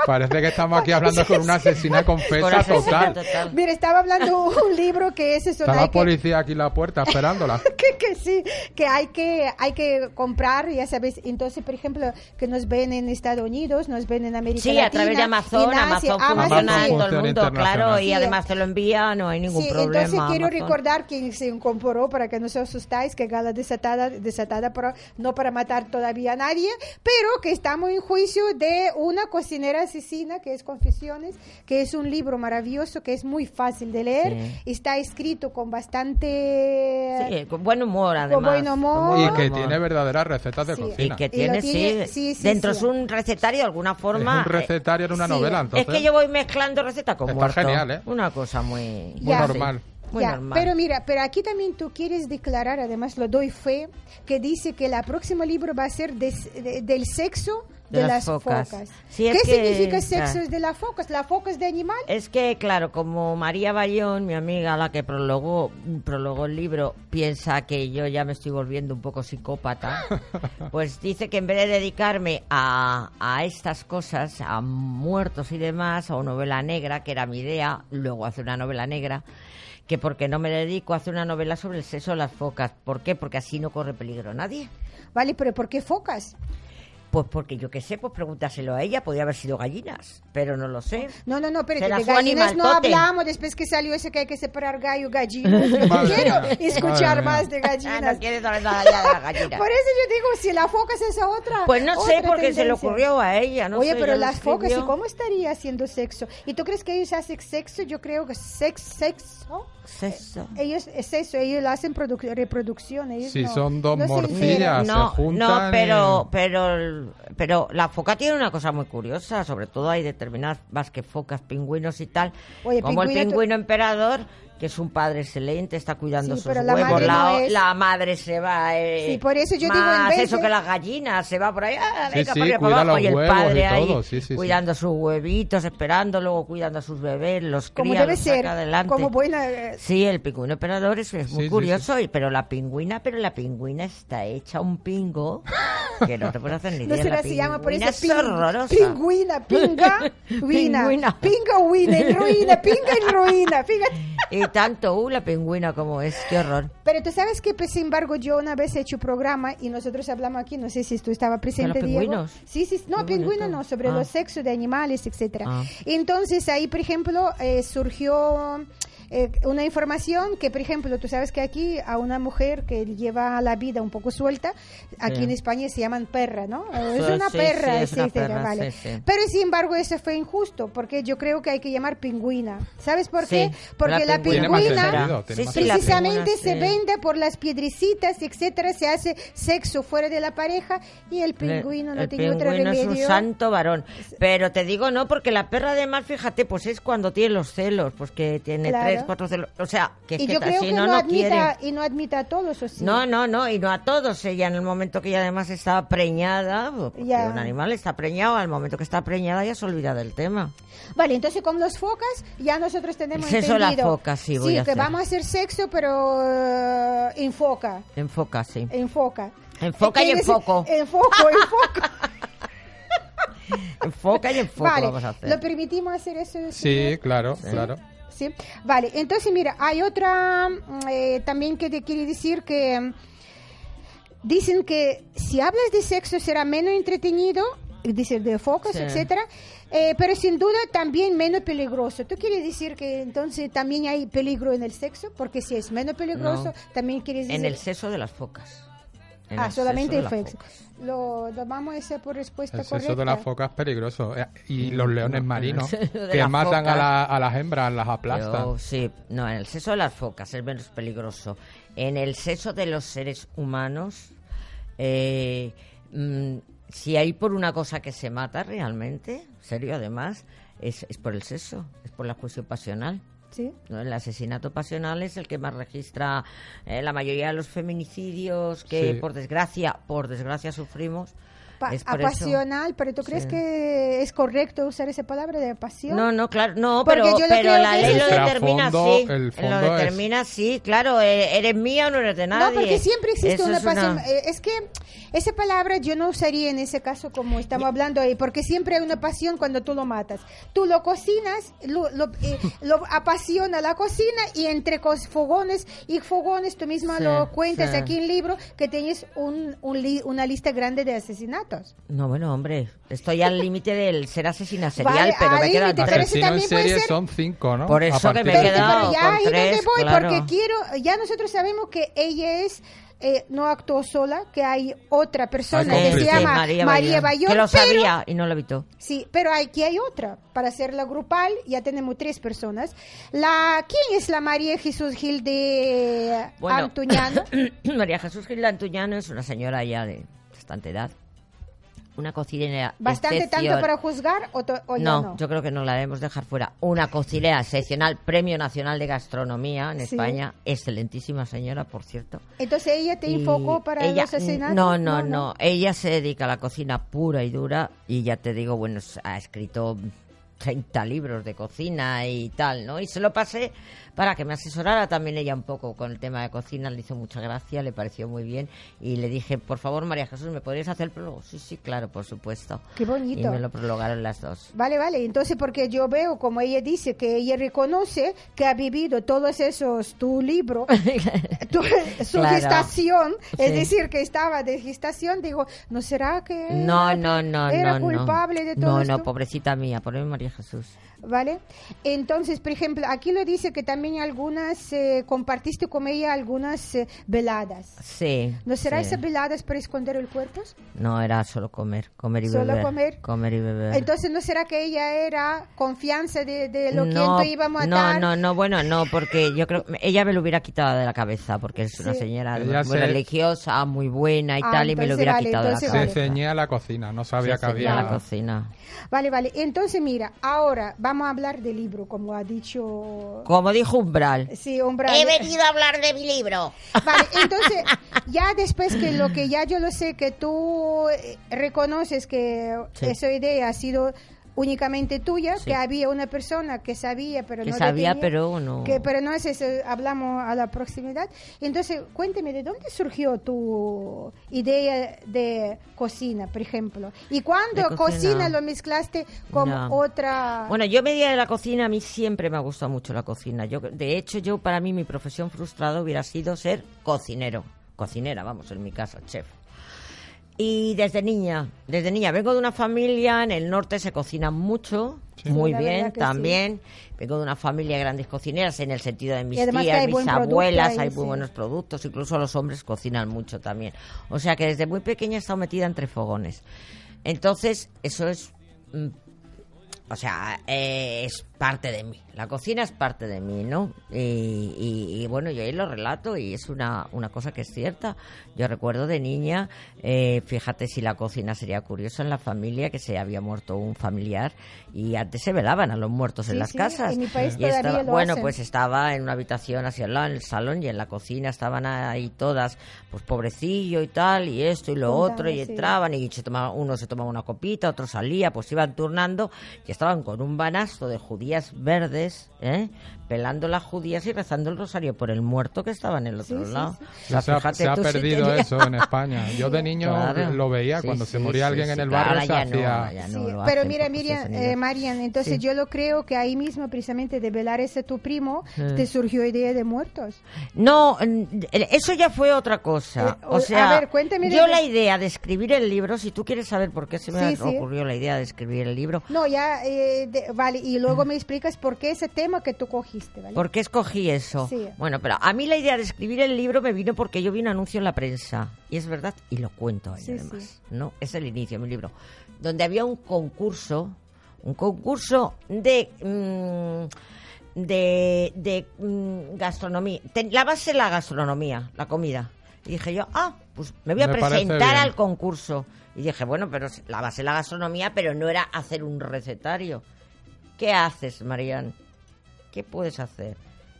Speaker 2: Parece que estamos aquí hablando con una asesina
Speaker 3: Por
Speaker 2: confesa
Speaker 3: asesinato
Speaker 2: total.
Speaker 3: total.
Speaker 1: mira, estaba hablando un libro que es eso.
Speaker 2: Está la
Speaker 1: hay que-
Speaker 2: policía aquí en la puerta esperándola.
Speaker 1: que, que sí, que hay que hay que comprar, ya sabes. Entonces, por ejemplo, que nos ven en Estados Unidos, nos ven en América
Speaker 3: Sí,
Speaker 1: Latina.
Speaker 3: a través de Amazon,
Speaker 1: en Asia,
Speaker 3: Amazon,
Speaker 2: Amazon
Speaker 3: funciona en todo el
Speaker 2: funciona
Speaker 3: mundo, claro,
Speaker 2: internacional.
Speaker 3: y
Speaker 1: Sí,
Speaker 3: además te lo envía, no hay ningún
Speaker 1: Sí,
Speaker 3: problema.
Speaker 1: entonces quiero
Speaker 3: Amazon.
Speaker 1: recordar que se incorporó para que no se asustáis que Gala desatada desatada pero no para matar todavía a nadie, pero que estamos en juicio de una cocinera asesina que es Confesiones, que es un libro maravilloso que es muy fácil de leer,
Speaker 3: Sí.
Speaker 1: está escrito con bastante
Speaker 3: Sí, con buen humor, además.
Speaker 1: buen humor.
Speaker 3: Con buen
Speaker 2: Y que
Speaker 3: humor.
Speaker 2: tiene verdaderas recetas de
Speaker 1: Sí.
Speaker 3: Y
Speaker 2: cocina.
Speaker 3: que
Speaker 1: Y lo
Speaker 3: tiene,
Speaker 1: tiene-
Speaker 3: sí,
Speaker 1: sí, sí,
Speaker 3: Dentro
Speaker 1: sí.
Speaker 3: es un recetario de alguna
Speaker 2: Es
Speaker 3: forma.
Speaker 2: un recetario en una
Speaker 1: sí.
Speaker 2: novela,
Speaker 3: eh, Es
Speaker 2: entonces.
Speaker 3: que yo voy mezclando recetas con
Speaker 2: Está
Speaker 3: muerto.
Speaker 2: genial, ¿eh?
Speaker 3: Una cosa muy,
Speaker 1: Muy
Speaker 2: normal.
Speaker 3: Muy
Speaker 1: Ya,
Speaker 3: normal.
Speaker 1: Pero mira, pero aquí también tú quieres declarar, además lo doy fe, que dice que el próximo libro va a ser des- de- del sexo de,
Speaker 3: De
Speaker 1: las,
Speaker 3: las
Speaker 1: focas.
Speaker 3: focas. Sí,
Speaker 1: ¿Qué
Speaker 3: es que- Eh.
Speaker 1: significa sexo
Speaker 3: claro.
Speaker 1: de las focas? ¿La focas de animal?
Speaker 3: Es que, claro, como María Bayón, mi amiga, la que prologó, prologó el libro, piensa que yo ya me estoy volviendo un poco psicópata, pues dice que en vez de dedicarme a, a estas cosas, a muertos y demás, o novela negra, que era mi idea, luego hace una novela negra, que porque no me dedico a hacer una novela sobre el sexo de las focas. ¿Por qué? Porque así no corre peligro nadie.
Speaker 1: Vale, pero ¿por qué focas?
Speaker 3: Pues porque yo qué sé, pues pregúntaselo a ella, podría haber sido gallinas, pero no lo sé.
Speaker 1: No, no, no, pero
Speaker 3: Será
Speaker 1: de
Speaker 3: su
Speaker 1: gallinas no
Speaker 3: animaltote.
Speaker 1: hablamos después que salió eso que hay que separar gallo gallina. Yo no
Speaker 2: Madre
Speaker 1: quiero
Speaker 2: mía, madre
Speaker 1: escuchar
Speaker 2: mía.
Speaker 1: más de
Speaker 3: Ah, no
Speaker 1: gallinas.
Speaker 3: quiere saber nada ya de las gallinas.
Speaker 1: Por eso yo digo, si la foca es esa otra.
Speaker 3: Pues no sé,
Speaker 1: otra
Speaker 3: porque se le
Speaker 1: tendencia.
Speaker 3: ocurrió a ella, no
Speaker 1: Oye,
Speaker 3: sé,
Speaker 1: pero
Speaker 3: ella lo
Speaker 1: las focas, ¿y
Speaker 3: escribió.
Speaker 1: cómo estaría haciendo sexo? ¿Y tú crees que ellos hacen sexo? Yo creo que sex, sexo.
Speaker 3: Sexo.
Speaker 1: Ellos, es eso, ellos lo hacen produ- reproducción. Ellos
Speaker 2: Si
Speaker 1: no-
Speaker 2: son dos
Speaker 1: no se
Speaker 2: morcillas.
Speaker 1: enteran.
Speaker 2: se
Speaker 3: no,
Speaker 2: juntan
Speaker 3: no,
Speaker 2: y-
Speaker 3: pero, pero, el- pero la foca tiene una cosa muy curiosa, sobre todo hay determinadas más que focas, pingüinos y tal,
Speaker 1: Oye,
Speaker 3: como el
Speaker 1: pingüino tú-
Speaker 3: pingüino emperador, que es un padre excelente, está cuidando
Speaker 1: Sí,
Speaker 3: sus
Speaker 1: pero la
Speaker 3: huevos,
Speaker 1: madre
Speaker 3: la,
Speaker 1: no es.
Speaker 3: la madre se va, eh,
Speaker 1: Sí, por eso yo digo, en
Speaker 3: más
Speaker 1: vez
Speaker 3: eso
Speaker 1: de-
Speaker 3: que las gallinas, se va por ahí, ah,
Speaker 2: Sí,
Speaker 3: venga,
Speaker 2: sí,
Speaker 3: para arriba, para
Speaker 2: cuida
Speaker 3: abajo,
Speaker 2: los
Speaker 3: y el
Speaker 2: huevos y
Speaker 3: padre ahí,
Speaker 2: todo, sí, sí, sí.
Speaker 3: cuidando sus huevitos, esperando, luego cuidando a sus bebés, los cría,
Speaker 1: Como debe
Speaker 3: los saca
Speaker 1: ser,
Speaker 3: adelante.
Speaker 1: como buena... eh,
Speaker 3: Sí, el pingüino emperador es, es
Speaker 2: Sí,
Speaker 3: muy
Speaker 2: sí,
Speaker 3: curioso, y- pero la pingüina, pero la pingüina está hecha un pingo que no te puedes hacer ni
Speaker 1: No
Speaker 3: idea.
Speaker 1: se
Speaker 3: la
Speaker 1: la se llama por eso
Speaker 3: pingüina es
Speaker 1: ping-
Speaker 3: horrorosa.
Speaker 1: pingüina, pinga,
Speaker 3: Pingüina.
Speaker 1: ruina, pinga, ruina, en ruina, pinga en ruina, fíjate.
Speaker 3: Y tanto, uh, la pingüina como es, qué horror.
Speaker 1: Pero tú sabes que, pues, sin embargo, yo una vez he hecho un programa y nosotros hablamos aquí, no sé si tú estabas presente,
Speaker 3: los
Speaker 1: Diego.
Speaker 3: pingüinos?
Speaker 1: Sí, sí, no,
Speaker 3: Qué bonito.
Speaker 1: pingüino no, sobre
Speaker 3: Ah.
Speaker 1: los sexos de animales, etcétera.
Speaker 3: Ah.
Speaker 1: Entonces, ahí, por ejemplo, eh, surgió eh, una información que, por ejemplo, tú sabes que aquí a una mujer que lleva la vida un poco suelta, aquí
Speaker 3: Sí.
Speaker 1: en España se llaman perra, ¿no? Eh, Es
Speaker 3: Sí,
Speaker 1: una
Speaker 3: sí,
Speaker 1: perra,
Speaker 3: sí, es una
Speaker 1: etcétera,
Speaker 3: perra,
Speaker 1: vale.
Speaker 3: sí, sí.
Speaker 1: Pero, sin embargo, eso fue injusto, porque yo creo que hay que llamar pingüina. ¿Sabes por
Speaker 3: Sí,
Speaker 1: qué?
Speaker 3: la
Speaker 1: Porque la
Speaker 3: pingüina.
Speaker 2: Tiene más
Speaker 1: pingüina
Speaker 2: sentido, tiene
Speaker 3: Sí,
Speaker 2: más
Speaker 3: sí, la
Speaker 2: sentido.
Speaker 1: precisamente
Speaker 3: pingüina,
Speaker 1: se
Speaker 3: sí.
Speaker 1: vende por las piedrecitas, etcétera, se hace sexo fuera de la pareja y el pingüino no
Speaker 3: el
Speaker 1: tiene otro
Speaker 3: pingüino es
Speaker 1: remedio.
Speaker 3: un santo varón. Pero te digo no, porque la perra además, fíjate, pues es cuando tiene los celos, pues que tiene
Speaker 1: Claro.
Speaker 3: tres, cuatro celos. O sea, que es
Speaker 1: y
Speaker 3: que
Speaker 1: yo
Speaker 3: ta-
Speaker 1: creo
Speaker 3: si
Speaker 1: que
Speaker 3: no,
Speaker 1: no,
Speaker 3: no quiere.
Speaker 1: admita, y no admita a todos, ¿o sí?
Speaker 3: No, no, no, y no a todos. Ella en el momento que ella además estaba preñada, porque
Speaker 1: Ya.
Speaker 3: un animal está preñado, al momento que está preñada ya se olvida del tema.
Speaker 1: Vale, entonces con los focas ya nosotros tenemos
Speaker 3: El sexo de la
Speaker 1: entendido.
Speaker 3: foca, sí, voy a
Speaker 1: que
Speaker 3: hacer.
Speaker 1: vamos a hacer sexo, pero eh, en foca,
Speaker 3: Enfoca, sí.
Speaker 1: en foca.
Speaker 3: Enfoca y
Speaker 1: Quiere decir,
Speaker 3: enfoco.
Speaker 1: En foco, en foco.
Speaker 3: Enfoca y enfoca
Speaker 1: vale,
Speaker 3: vamos a hacer.
Speaker 1: ¿lo permitimos hacer eso?
Speaker 2: Sí, claro, claro.
Speaker 3: Este
Speaker 1: ¿sí? Vale, entonces mira, hay otra mm, eh, también que te quiere decir que mm, dicen que si hablas de sexo será menos entretenido, es decir, de focos,
Speaker 3: Sí.
Speaker 1: etcétera, eh, pero sin duda también menos peligroso. ¿Tú quieres decir que entonces también hay peligro en el sexo? Porque si es menos peligroso,
Speaker 3: No.
Speaker 1: también quieres decir...
Speaker 3: En el seso de las focas. En
Speaker 1: ah,
Speaker 3: el
Speaker 1: solamente
Speaker 3: seso
Speaker 1: el
Speaker 3: de las
Speaker 1: sexo.
Speaker 3: focas.
Speaker 1: Lo tomamos ese por respuesta
Speaker 2: El
Speaker 1: correcta.
Speaker 2: sexo de las focas es peligroso. Eh, Y los leones marinos
Speaker 3: el sexo de
Speaker 2: que
Speaker 3: las
Speaker 2: matan
Speaker 3: focas.
Speaker 2: a, la- a las hembras, las
Speaker 3: Pero
Speaker 2: aplastan.
Speaker 3: sí, no, en el seso de las focas es menos peligroso. En el seso de los seres humanos, eh, mm, si hay por una cosa que se mata realmente, serio además, es, es por el seso, es por la cuestión pasional.
Speaker 1: ¿Sí?
Speaker 3: ¿no? El asesinato pasional es el que más registra eh, la mayoría de los feminicidios que,
Speaker 2: Sí.
Speaker 3: por desgracia, por desgracia sufrimos.
Speaker 1: Pa-
Speaker 3: Es por eso.
Speaker 1: apasional, pero ¿tú crees
Speaker 3: Sí.
Speaker 1: que es correcto usar esa palabra de pasión?
Speaker 3: No, no, claro, no,
Speaker 1: Porque
Speaker 3: pero,
Speaker 1: yo lo
Speaker 3: pero
Speaker 1: creo
Speaker 3: la
Speaker 1: que
Speaker 3: ley
Speaker 1: es-
Speaker 3: lo
Speaker 1: El
Speaker 3: determina
Speaker 2: trasfondo-
Speaker 3: así.
Speaker 2: el
Speaker 3: Lo
Speaker 2: fondo es-
Speaker 3: determina así, claro, eh, eres mía o no eres de nadie.
Speaker 1: No, porque siempre existe
Speaker 3: Eso
Speaker 1: una
Speaker 3: es
Speaker 1: pasión. Eh, Es que esa palabra yo no usaría en ese caso como estamos hablando ahí, porque siempre hay una pasión cuando tú lo matas. Tú lo cocinas, lo, lo, eh, lo apasiona la cocina y entre cos- fogones y fogones tú misma
Speaker 3: Sí,
Speaker 1: lo cuentas
Speaker 3: sí.
Speaker 1: aquí en el libro que tienes un, un li- una lista grande de asesinatos.
Speaker 3: No, bueno, hombre, estoy al límite del ser asesina serial,
Speaker 1: Vale,
Speaker 3: pero me
Speaker 1: al
Speaker 3: he quedado
Speaker 1: límite,
Speaker 3: en
Speaker 1: pero
Speaker 3: tres.
Speaker 1: eso
Speaker 2: Asesino en
Speaker 1: también puede
Speaker 2: serie
Speaker 1: ser-
Speaker 2: son cinco, ¿no?
Speaker 3: Por
Speaker 2: A
Speaker 3: eso que
Speaker 2: partir
Speaker 3: me he
Speaker 2: de-
Speaker 1: Espérate,
Speaker 3: quedado
Speaker 1: pero ya
Speaker 3: con
Speaker 1: ahí no
Speaker 3: tres,
Speaker 1: te voy
Speaker 3: claro.
Speaker 1: porque quiero, ya nosotros sabemos que ella es eh, no actuó sola, que hay otra persona
Speaker 2: Hay
Speaker 1: que se
Speaker 2: cómplice.
Speaker 1: llama María,
Speaker 3: María
Speaker 1: Bayón,
Speaker 3: que
Speaker 1: pero-
Speaker 3: lo sabía y no lo evitó.
Speaker 1: Sí, pero aquí hay otra. Para hacerla grupal ya tenemos tres personas. La, ¿Quién es la María Jesús Gil de
Speaker 3: Bueno, Este
Speaker 1: Antuñano?
Speaker 3: María Jesús Gil Antuñano es una señora ya de bastante edad. Una cocinera
Speaker 1: ¿Bastante tanto
Speaker 3: excepcional.
Speaker 1: para juzgar o, to- o ya
Speaker 3: no,
Speaker 1: no?
Speaker 3: yo creo que no la debemos dejar fuera. Una cocinera excepcional, Premio Nacional de Gastronomía en
Speaker 1: Sí.
Speaker 3: España. Excelentísima señora, por cierto.
Speaker 1: Entonces ella te
Speaker 3: Y
Speaker 1: enfocó para
Speaker 3: ella- mm,
Speaker 1: los asesinatos.
Speaker 3: No no, no, Ella se dedica a la cocina pura y dura y ya te digo, bueno, s- ha escrito 30 libros de cocina y tal, ¿no? Y se lo pasé para que me asesorara también ella un poco con el tema de cocina, le hizo mucha gracia, le pareció muy bien y le dije, por favor, María Jesús, ¿me podrías hacer el prólogo? Sí, sí, claro, por supuesto.
Speaker 1: Qué bonito.
Speaker 3: Y me lo prologaron las dos.
Speaker 1: Vale, vale. Entonces, porque yo veo, como ella dice, que ella reconoce que ha vivido todos esos, tu libro, tu- su
Speaker 3: Claro.
Speaker 1: gestación, es
Speaker 3: Sí.
Speaker 1: decir, que estaba de gestación, digo, ¿no será que
Speaker 3: No, no, no,
Speaker 1: Eh, era
Speaker 3: no, no.
Speaker 1: culpable de todo
Speaker 3: No,
Speaker 1: esto?
Speaker 3: no, pobrecita mía, poneme María Jesús.
Speaker 1: ¿Vale? Entonces, por ejemplo, aquí lo dice que también algunas, eh, compartiste con ella algunas eh, veladas.
Speaker 3: Sí.
Speaker 1: ¿No será
Speaker 3: sí. Eh.
Speaker 1: esas veladas para esconder el cuerpo?
Speaker 3: No, era solo comer, comer y
Speaker 1: Solo
Speaker 3: beber.
Speaker 1: comer.
Speaker 3: Comer y beber.
Speaker 1: Entonces, ¿no será que ella era confianza de, de lo que
Speaker 3: no,
Speaker 1: entonces íbamos a
Speaker 3: no,
Speaker 1: dar?
Speaker 3: no, no, bueno, no, porque yo creo ella me lo hubiera quitado de la cabeza, porque es una
Speaker 1: Sí.
Speaker 3: señora
Speaker 2: Ella
Speaker 3: muy
Speaker 2: se-
Speaker 3: religiosa, muy buena y
Speaker 1: Ah,
Speaker 3: tal, y me lo
Speaker 1: entonces
Speaker 3: hubiera
Speaker 1: vale,
Speaker 3: quitado de la
Speaker 1: entonces
Speaker 3: cabeza.
Speaker 1: vale.
Speaker 2: Se ceñía la cocina, no sabía
Speaker 3: Se
Speaker 2: que
Speaker 3: ceñía la
Speaker 2: había...
Speaker 3: cocina.
Speaker 1: Vale, vale. Entonces, mira, ahora vamos a hablar del libro, como ha dicho...
Speaker 3: Como dijo Umbral,
Speaker 1: Sí, hombre.
Speaker 5: He venido a hablar de mi libro.
Speaker 1: Vale, entonces, ya después que lo que ya yo lo sé, que tú eh, reconoces que
Speaker 3: Sí.
Speaker 1: esa idea ha sido únicamente tuya,
Speaker 3: Sí.
Speaker 1: que había una persona que sabía, pero
Speaker 3: que
Speaker 1: no
Speaker 3: sabía,
Speaker 1: detenía,
Speaker 3: pero no.
Speaker 1: que- pero no es eso, hablamos a la proximidad. Entonces, cuénteme, ¿de dónde surgió tu idea de cocina, por ejemplo? ¿Y cuándo
Speaker 3: De
Speaker 1: cocina.
Speaker 3: cocina.
Speaker 1: lo mezclaste con
Speaker 3: No. Pues
Speaker 1: otra...?
Speaker 3: Bueno, yo me di de la cocina, a mí siempre me ha gustado mucho la cocina. Yo, de hecho, yo para mí mi profesión frustrada hubiera sido ser cocinero, cocinera, vamos, en mi caso, chef. Y desde niña, desde niña, vengo de una familia, en el norte se cocina mucho,
Speaker 2: Sí.
Speaker 3: muy
Speaker 1: La verdad
Speaker 3: bien
Speaker 1: que sí.
Speaker 3: también. Vengo de una familia de grandes cocineras en el sentido de mis
Speaker 1: Y además que
Speaker 3: tías,
Speaker 1: hay
Speaker 3: mis
Speaker 1: buen producto
Speaker 3: abuelas,
Speaker 1: ahí,
Speaker 3: hay
Speaker 1: sí.
Speaker 3: muy buenos productos, incluso los hombres cocinan mucho también. O sea que desde muy pequeña he estado metida entre fogones. Entonces, eso es mm, o sea, eh, es parte de mí. La cocina es parte de mí, ¿no? Y, y- y bueno, yo ahí lo relato y es una, una cosa que es cierta. Yo recuerdo de niña, eh, fíjate si la cocina sería curiosa en la familia, que se había muerto un familiar y antes se velaban a los muertos
Speaker 1: Sí,
Speaker 3: en las
Speaker 1: sí,
Speaker 3: casas.
Speaker 1: en mi país
Speaker 3: Y
Speaker 1: todavía
Speaker 3: estaba-
Speaker 1: lo
Speaker 3: bueno,
Speaker 1: hacen.
Speaker 3: pues estaba en una habitación hacia al lado, en el salón y en la cocina estaban ahí todas, pues pobrecillo y tal, y esto y lo
Speaker 1: Juntando,
Speaker 3: otro, y
Speaker 1: sí.
Speaker 3: entraba entraban y se tomaba, uno se tomaba una copita, otro salía, pues iban turnando y estaban con un banazo de judías verdes, ¿eh? pelando las judías y rezando el rosario por el muerto que estaba en el otro
Speaker 1: Sí, sí,
Speaker 3: lado.
Speaker 1: sí.
Speaker 3: O sea,
Speaker 2: se ha,
Speaker 3: fíjate
Speaker 2: se ha
Speaker 3: tú si
Speaker 2: perdido
Speaker 3: tenía-
Speaker 2: eso en España. Yo de niño
Speaker 3: Claro.
Speaker 2: lo veía
Speaker 3: Sí,
Speaker 2: cuando se
Speaker 3: sí,
Speaker 2: moría
Speaker 3: sí,
Speaker 2: alguien
Speaker 3: sí,
Speaker 2: en el
Speaker 3: claro,
Speaker 2: barrio. se
Speaker 3: ya no,
Speaker 2: hacía...
Speaker 3: ya no
Speaker 1: Sí,
Speaker 3: lo
Speaker 1: pero
Speaker 3: hacen
Speaker 1: mira,
Speaker 3: porque
Speaker 1: Miriam,
Speaker 3: se
Speaker 1: eh,
Speaker 3: señala.
Speaker 1: Marian, entonces
Speaker 3: Sí.
Speaker 1: yo lo creo que ahí mismo, precisamente de velar ese tu primo,
Speaker 3: Sí.
Speaker 1: te surgió idea de muertos.
Speaker 3: No, mm, eso ya fue otra cosa.
Speaker 1: Eh, o-
Speaker 3: o sea,
Speaker 1: a ver, cuénteme
Speaker 3: yo
Speaker 1: de-
Speaker 3: la idea de escribir el libro, si tú quieres saber por qué se
Speaker 1: Sí,
Speaker 3: me
Speaker 1: sí.
Speaker 3: ocurrió la idea de escribir el libro,
Speaker 1: No, ya, eh, de- vale, y luego me explicas por qué ese tema que tú cogiste, ¿vale?
Speaker 3: ¿Por qué escogí eso?
Speaker 1: Sí.
Speaker 3: Bueno, pero a mí la idea de escribir el libro me vino porque yo vi un anuncio en la prensa. Y es verdad, y lo cuento ahí
Speaker 1: Sí,
Speaker 3: además.
Speaker 1: sí.
Speaker 3: ¿no? Es el inicio de mi libro. Donde había un concurso, un concurso de. mm, de, de, mm, gastronomía. Ten- la base es la gastronomía, la comida. Y dije yo, ah, pues me voy a
Speaker 2: Me parece
Speaker 3: presentar
Speaker 2: bien.
Speaker 3: al concurso. Y dije, bueno, pero es- la base es la gastronomía, pero no era hacer un recetario. ¿Qué haces, Marian? ¿Qué puedes hacer?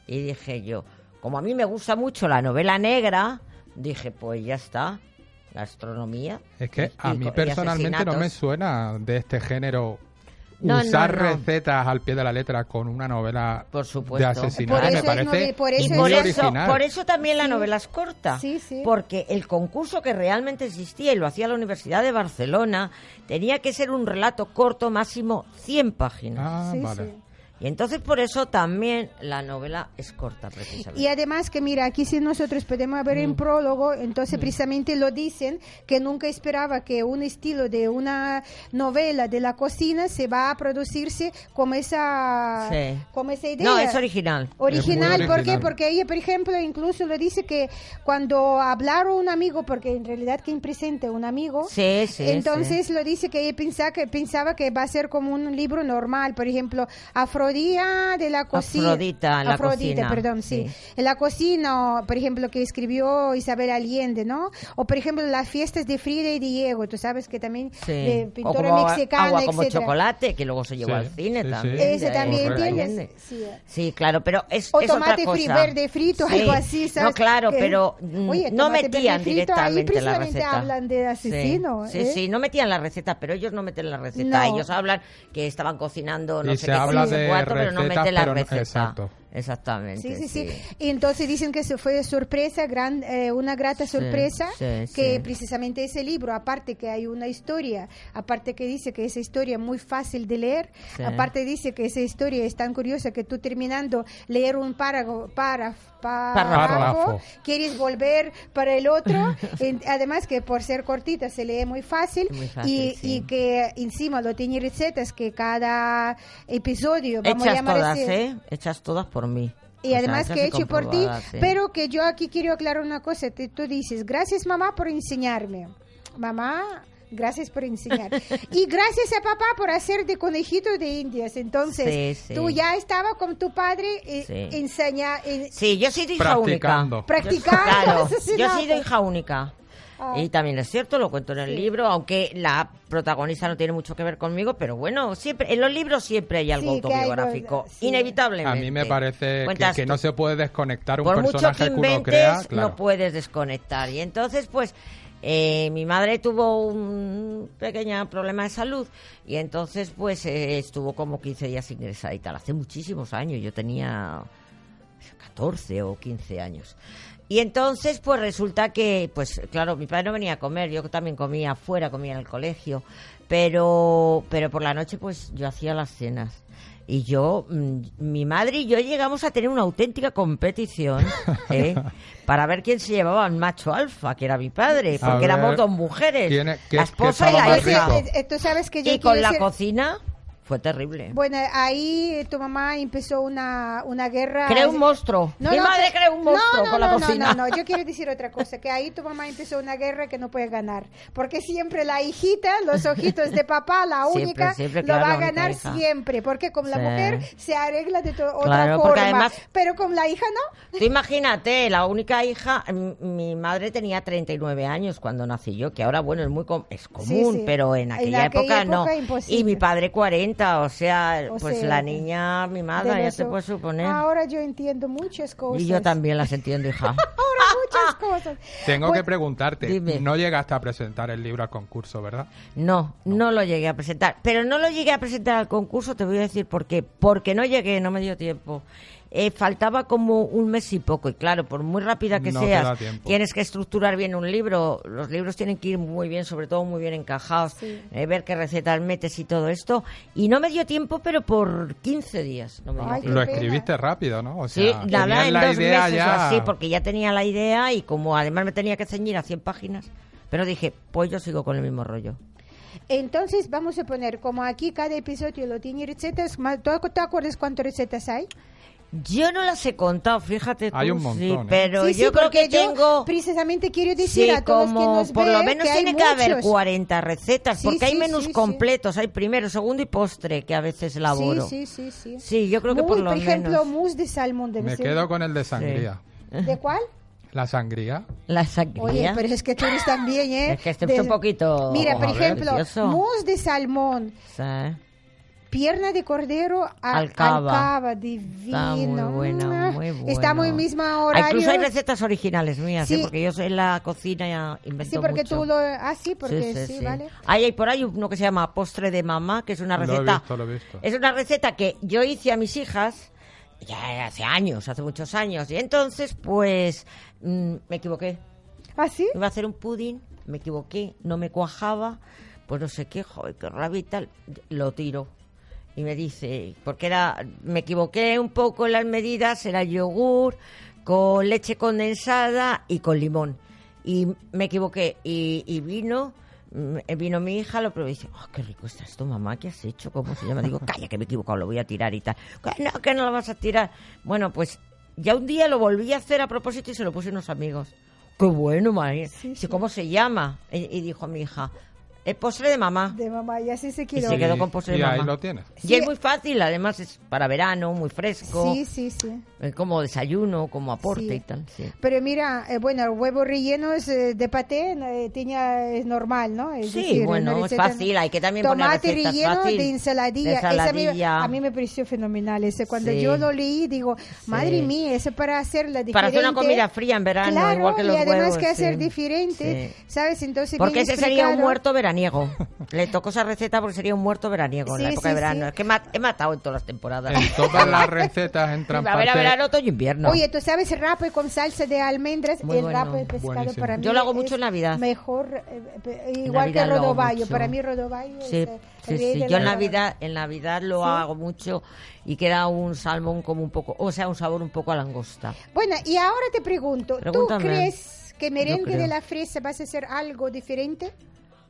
Speaker 3: Y dije yo, como a mí me gusta mucho la novela negra, dije, pues ya está, gastronomía.
Speaker 2: Es que
Speaker 3: y-
Speaker 2: a
Speaker 3: y
Speaker 2: mí
Speaker 3: co- y
Speaker 2: personalmente no me
Speaker 3: asesinatos.
Speaker 2: suena de este género
Speaker 3: No, no,
Speaker 2: usar
Speaker 3: no.
Speaker 2: recetas al pie de la letra con una novela
Speaker 3: Por supuesto.
Speaker 2: de
Speaker 1: Por
Speaker 2: asesinato.
Speaker 1: eso
Speaker 2: Me
Speaker 1: es
Speaker 2: parece
Speaker 1: novi- por eso
Speaker 3: Y
Speaker 1: es-
Speaker 3: por
Speaker 2: muy
Speaker 3: eso,
Speaker 2: original.
Speaker 3: por eso también la novela es corta.
Speaker 1: Sí, sí.
Speaker 3: Porque el concurso que realmente existía y lo hacía la Universidad de Barcelona tenía que ser un relato corto, máximo 100 páginas.
Speaker 2: Ah,
Speaker 1: Sí,
Speaker 2: vale.
Speaker 1: sí.
Speaker 3: Y entonces por eso también la novela es corta, precisamente.
Speaker 1: Y además que mira, aquí si nosotros podemos
Speaker 3: Mm.
Speaker 1: ver en prólogo, entonces precisamente lo dicen que nunca esperaba que un estilo de una novela de la cocina se va a producirse como esa,
Speaker 3: Sí.
Speaker 1: como esa idea.
Speaker 3: no, es original.
Speaker 1: Original,
Speaker 2: Es muy
Speaker 1: ¿por qué?
Speaker 2: original.
Speaker 1: Porque ella, por ejemplo, incluso lo dice que cuando hablaron un amigo, porque en realidad quien presente un amigo,
Speaker 3: Sí, sí.
Speaker 1: entonces lo dice que ella pensaba que, pensaba que va a ser como un libro normal, por ejemplo, afro Afrodía de la cocina.
Speaker 3: Afrodita, la
Speaker 1: Afrodita,
Speaker 3: cocina,
Speaker 1: perdón, sí.
Speaker 3: sí.
Speaker 1: En la cocina, o, por ejemplo, que escribió Isabel Allende, ¿no? O, por ejemplo, las fiestas de Frida y Diego, tú sabes que también
Speaker 3: Sí.
Speaker 1: de
Speaker 3: o
Speaker 1: pintora
Speaker 3: como a-
Speaker 1: mexicana,
Speaker 3: agua como
Speaker 1: etcétera.
Speaker 3: chocolate, que luego se llevó
Speaker 2: Sí,
Speaker 3: al cine
Speaker 2: sí, sí.
Speaker 3: también.
Speaker 1: Ese
Speaker 3: de-
Speaker 1: también,
Speaker 3: de
Speaker 1: ¿entiendes?
Speaker 3: Allende.
Speaker 1: Sí, eh.
Speaker 3: Sí, claro, pero es,
Speaker 1: O
Speaker 3: es otra
Speaker 1: tomate fri-
Speaker 3: cosa.
Speaker 1: verde frito,
Speaker 3: Sí.
Speaker 1: algo así, ¿sabes?
Speaker 3: No, claro,
Speaker 1: Que-
Speaker 3: pero mm,
Speaker 1: Oye,
Speaker 3: no
Speaker 1: tomate
Speaker 3: metían
Speaker 1: verde frito, ahí
Speaker 3: directamente la
Speaker 1: precisamente
Speaker 3: receta.
Speaker 1: hablan de asesino,
Speaker 3: Sí,
Speaker 1: ¿eh?
Speaker 3: sí, no metían la receta, pero ellos no meten la receta.
Speaker 1: No.
Speaker 3: Ellos hablan que estaban cocinando no
Speaker 2: Y
Speaker 3: sé
Speaker 2: se
Speaker 3: qué,
Speaker 2: habla
Speaker 3: no sé
Speaker 2: de
Speaker 3: cuánto, pero no
Speaker 2: recetas,
Speaker 3: meten la
Speaker 2: pero no-
Speaker 3: receta.
Speaker 2: exacto.
Speaker 3: Exactamente.
Speaker 1: Sí, sí, sí. Y entonces dicen que se fue sorpresa, gran, eh, una grata
Speaker 3: Sí,
Speaker 1: sorpresa,
Speaker 3: sí,
Speaker 1: que
Speaker 3: sí.
Speaker 1: precisamente ese libro, aparte que hay una historia, aparte que dice que esa historia es muy fácil de leer,
Speaker 3: Sí.
Speaker 1: aparte dice que esa historia es tan curiosa que tú terminando leer un párrafo, párrafo,
Speaker 2: Párrafo.
Speaker 1: quieres volver para el otro, En- además que por ser cortita se lee muy fácil,
Speaker 3: Muy fácil,
Speaker 1: y,
Speaker 3: sí.
Speaker 1: y que encima lo tiene recetas que cada episodio, vamos a
Speaker 3: Hechas
Speaker 1: llamar
Speaker 3: todas,
Speaker 1: así,
Speaker 3: ¿eh? Hechas todas por mí. O
Speaker 1: y
Speaker 3: sea,
Speaker 1: además
Speaker 3: hechas
Speaker 1: que he
Speaker 3: y
Speaker 1: hecho por ti,
Speaker 3: comprobadas, sí.
Speaker 1: pero que yo aquí quiero aclarar una cosa. te- tú dices, gracias mamá por enseñarme. Mamá, gracias por enseñar. y gracias a papá por hacer de conejito de indias. Entonces,
Speaker 3: Sí, sí.
Speaker 1: tú ya estaba con tu padre eh,
Speaker 3: Sí.
Speaker 1: enseña, en-
Speaker 3: Sí, yo soy de hija
Speaker 2: Practicando.
Speaker 3: única.
Speaker 1: practicando
Speaker 3: Claro, yo
Speaker 1: asesinato.
Speaker 3: soy de hija única.
Speaker 1: Ah.
Speaker 3: Y también es cierto, lo cuento en el libro, aunque la protagonista no tiene mucho que ver conmigo, pero bueno, siempre en los libros siempre hay algo
Speaker 1: Sí, que hay
Speaker 3: autobiográfico,
Speaker 1: cosas, sí.
Speaker 2: A
Speaker 3: inevitablemente.
Speaker 2: mí me parece que,
Speaker 3: Cuentas
Speaker 2: que no
Speaker 3: tú.
Speaker 2: se puede desconectar un
Speaker 3: Por mucho que
Speaker 2: personaje que uno crea.
Speaker 3: inventes,
Speaker 2: claro.
Speaker 3: no puedes desconectar. Y entonces, pues, eh, mi madre tuvo un pequeño problema de salud y entonces, pues, eh, estuvo como 15 días ingresada y tal. Hace muchísimos años, yo tenía 14 o 15 años. Y entonces, pues resulta que, pues claro, mi padre no venía a comer, yo también comía afuera, comía en el colegio, pero, pero por la noche, pues yo hacía las cenas. Y yo, mm, mi madre y yo llegamos a tener una auténtica competición ¿eh? para ver quién se llevaba al macho alfa, que era mi padre,
Speaker 2: A
Speaker 3: porque éramos
Speaker 2: ver,
Speaker 3: dos mujeres,
Speaker 2: ¿quién es- qué-
Speaker 3: la
Speaker 2: qué
Speaker 3: esposa y
Speaker 2: estaba
Speaker 3: la
Speaker 2: más
Speaker 3: hija.
Speaker 2: rico?
Speaker 1: Eh, eh, tú sabes que yo
Speaker 3: Y
Speaker 1: quiero
Speaker 3: con la
Speaker 1: decir-
Speaker 3: cocina fue terrible.
Speaker 1: Bueno, ahí eh, tu mamá empezó una, una guerra.
Speaker 3: Creó un monstruo. mi madre
Speaker 1: que-
Speaker 3: creó un monstruo
Speaker 1: no, no,
Speaker 3: con la
Speaker 1: no, no,
Speaker 3: cocina.
Speaker 1: No, no, yo quiero decir otra cosa, que ahí tu mamá empezó una guerra que no puede ganar, porque siempre la hijita, los ojitos de papá, la
Speaker 3: Siempre,
Speaker 1: única,
Speaker 3: siempre,
Speaker 1: lo
Speaker 3: claro,
Speaker 1: va
Speaker 3: la
Speaker 1: a
Speaker 3: única
Speaker 1: ganar
Speaker 3: hija.
Speaker 1: siempre, porque con la
Speaker 3: Sí.
Speaker 1: mujer se arregla de to- otra
Speaker 3: Claro, porque
Speaker 1: forma,
Speaker 3: además-
Speaker 1: pero con la hija no.
Speaker 3: Tú imagínate, la única hija, m- mi madre tenía 39 años cuando nací yo, que ahora, bueno, es muy com- es común,
Speaker 1: sí.
Speaker 3: pero en
Speaker 1: En
Speaker 3: aquella,
Speaker 1: aquella
Speaker 3: época, no.
Speaker 1: época, imposible.
Speaker 3: Y mi padre 40, o sea,
Speaker 1: O
Speaker 3: pues
Speaker 1: sea,
Speaker 3: la niña mimada,
Speaker 1: de
Speaker 3: ya
Speaker 1: eso.
Speaker 3: te puedes suponer.
Speaker 1: Ahora yo entiendo muchas cosas.
Speaker 3: y yo también Ah, las entiendo, hija.
Speaker 1: Ahora muchas cosas.
Speaker 2: Tengo
Speaker 1: Bueno,
Speaker 2: que preguntarte,
Speaker 3: Dime.
Speaker 2: no llegaste a presentar el libro al concurso, ¿verdad?
Speaker 3: No, no lo llegué a presentar. Pero no lo llegué a presentar al concurso, te voy a decir por qué. Porque no llegué, no me dio tiempo. Eh, faltaba como un mes y poco. Y claro, por muy rápida que
Speaker 2: No te da
Speaker 3: seas,
Speaker 2: tiempo.
Speaker 3: tienes que estructurar bien un libro. Los libros tienen que ir muy bien, sobre todo muy bien encajados. eh, ver qué recetas metes y todo esto. Y no me dio tiempo, pero por 15 días. No me dio
Speaker 1: Ay,
Speaker 3: tiempo.
Speaker 1: qué
Speaker 2: Lo
Speaker 1: pena.
Speaker 2: escribiste rápido, ¿no? O
Speaker 3: Sí,
Speaker 2: sea,
Speaker 3: la verdad,
Speaker 2: tenías
Speaker 3: en
Speaker 2: la
Speaker 3: dos
Speaker 2: idea
Speaker 3: meses
Speaker 2: ya.
Speaker 3: o así, porque ya tenía la idea y como además me tenía que ceñir a 100 páginas. Pero dije, pues yo sigo con el mismo rollo.
Speaker 1: Entonces vamos a poner, como aquí cada episodio lo tiene recetas, ma- ¿tú te acuerdas cuántas recetas hay?
Speaker 3: Yo no las he contado, fíjate tú.
Speaker 2: Hay un montón,
Speaker 3: sí,
Speaker 2: ¿eh?
Speaker 3: pero
Speaker 1: Sí, sí,
Speaker 3: yo creo
Speaker 1: porque
Speaker 3: que tengo.
Speaker 1: precisamente quiero decir
Speaker 3: Sí,
Speaker 1: a todos que
Speaker 3: como
Speaker 1: nos
Speaker 3: por lo
Speaker 1: ven
Speaker 3: menos
Speaker 1: que hay
Speaker 3: tiene que haber
Speaker 1: muchos.
Speaker 3: 40 recetas,
Speaker 1: Sí,
Speaker 3: porque hay
Speaker 1: sí,
Speaker 3: menús
Speaker 1: sí, sí.
Speaker 3: completos, hay primero, segundo y postre que a veces elaboro.
Speaker 1: Sí, sí, sí, sí.
Speaker 3: Sí, yo creo que
Speaker 1: Muy,
Speaker 3: por lo
Speaker 1: ejemplo,
Speaker 3: menos.
Speaker 1: mousse de salmón debe
Speaker 2: Me
Speaker 1: ser.
Speaker 2: quedo con el de sangría.
Speaker 1: ¿De cuál?
Speaker 2: La sangría.
Speaker 3: La
Speaker 1: Oye,
Speaker 3: sangría.
Speaker 1: pero es que tú eres también, ¿eh?
Speaker 3: Es que este
Speaker 1: De-
Speaker 3: es un poquito.
Speaker 1: Mira, por
Speaker 2: Vamos a ver.
Speaker 1: ejemplo,
Speaker 3: Delicioso.
Speaker 1: mousse de salmón,
Speaker 3: O sea,
Speaker 1: pierna de cordero, al-
Speaker 3: Alcaba.
Speaker 1: alcaba, divino.
Speaker 3: Está muy buena,
Speaker 1: Mm,
Speaker 3: muy buena.
Speaker 1: Está muy misma
Speaker 3: Ah,
Speaker 1: horario.
Speaker 3: Incluso hay recetas originales mías, ¿eh?
Speaker 1: Sí.
Speaker 3: porque yo soy en la cocina ya invento
Speaker 1: Sí, porque
Speaker 3: mucho.
Speaker 1: tú lo... Ah, sí, porque sí,
Speaker 3: sí.
Speaker 1: ¿vale?
Speaker 3: Ahí hay por ahí uno que se llama postre de mamá, que es una
Speaker 2: Lo he
Speaker 3: receta.
Speaker 2: visto, lo he visto.
Speaker 3: Es una receta que yo hice a mis hijas ya hace años, hace muchos años. Y entonces, pues, mm, me equivoqué.
Speaker 1: ¿Ah, sí?
Speaker 3: Iba a hacer un pudding, me equivoqué, no me cuajaba, pues no sé qué, joder, qué rabia y tal. Lo tiro. Y me dice, porque era, me equivoqué un poco en las medidas, era yogur con leche condensada y con limón. Y me equivoqué. Y, y vino, mm, vino mi hija, lo probé y dice, oh, qué rico está esto, mamá, ¿qué has hecho? ¿Cómo se llama? Digo, calla, que me he equivocado, lo voy a tirar y tal. Que no, que no lo vas a tirar. Bueno, pues ya un día lo volví a hacer a propósito y se lo puse a unos amigos. Qué bueno, madre. Dice, ¿Cómo se llama? Y, y dijo mi hija, El postre de mamá.
Speaker 1: de mamá y así se
Speaker 3: Mm. Y
Speaker 1: quedó.
Speaker 3: se quedó con postre de
Speaker 2: Y ahí
Speaker 3: mamá.
Speaker 2: lo tienes.
Speaker 3: Y es
Speaker 1: Sí.
Speaker 3: muy fácil, además es para verano, muy fresco,
Speaker 1: Sí, sí, sí.
Speaker 3: eh, como desayuno, como aporte
Speaker 1: Sí.
Speaker 3: y tal. sí.
Speaker 1: Pero mira, eh, bueno, huevos rellenos eh, de paté eh, tenía, es normal, ¿no? Es
Speaker 3: Sí,
Speaker 1: una
Speaker 3: bueno, es
Speaker 1: receta-
Speaker 3: fácil, hay que también poner
Speaker 1: Tomate
Speaker 3: recetas
Speaker 1: relleno
Speaker 3: fácil.
Speaker 1: de ensaladilla.
Speaker 3: De
Speaker 1: Esa a, mí,
Speaker 3: ensaladilla.
Speaker 1: a mí me pareció fenomenal ese. Cuando
Speaker 3: Sí.
Speaker 1: yo lo leí, digo, madre mía, ese para hacerla diferente.
Speaker 3: Para hacer una comida fría en verano,
Speaker 1: Claro,
Speaker 3: igual que los
Speaker 1: y además
Speaker 3: huevos,
Speaker 1: que hacer
Speaker 3: sí.
Speaker 1: diferente,
Speaker 3: Sí.
Speaker 1: ¿sabes? Entonces,
Speaker 3: Porque
Speaker 1: bien
Speaker 3: ese sería un
Speaker 1: explicado.
Speaker 3: muerto veraniego. Le tocó esa receta porque sería un muerto veraniego en la
Speaker 1: Sí, sí,
Speaker 3: época de verano.
Speaker 1: sí.
Speaker 3: Es que ma- he matado en todas las temporadas.
Speaker 2: En todas las recetas entran
Speaker 3: a ver, a
Speaker 2: parte-
Speaker 3: verano, otoño, invierno.
Speaker 1: Oye, tú sabes rape con salsa de almendras,
Speaker 3: Muy
Speaker 1: el
Speaker 3: bueno.
Speaker 1: rape de pescado
Speaker 2: Buenísimo.
Speaker 1: para mí.
Speaker 3: Yo lo hago
Speaker 1: es
Speaker 3: mucho en Navidad.
Speaker 1: Mejor, eh, pe- igual
Speaker 3: Navidad lo
Speaker 1: que
Speaker 3: hago
Speaker 1: rodoballo.
Speaker 3: mucho.
Speaker 1: Para mí rodoballo es
Speaker 3: Sí,
Speaker 1: eh,
Speaker 3: sí,
Speaker 1: el rey
Speaker 3: sí.
Speaker 1: de la
Speaker 3: Yo en Navidad, en Navidad lo hago mucho y queda un salmón como un poco, o sea, un sabor un poco a langosta.
Speaker 1: Bueno, y ahora te pregunto,
Speaker 3: Pregúntame.
Speaker 1: ¿tú crees que
Speaker 3: Yo
Speaker 1: merengue
Speaker 3: creo.
Speaker 1: de la fresa vas a hacer algo diferente?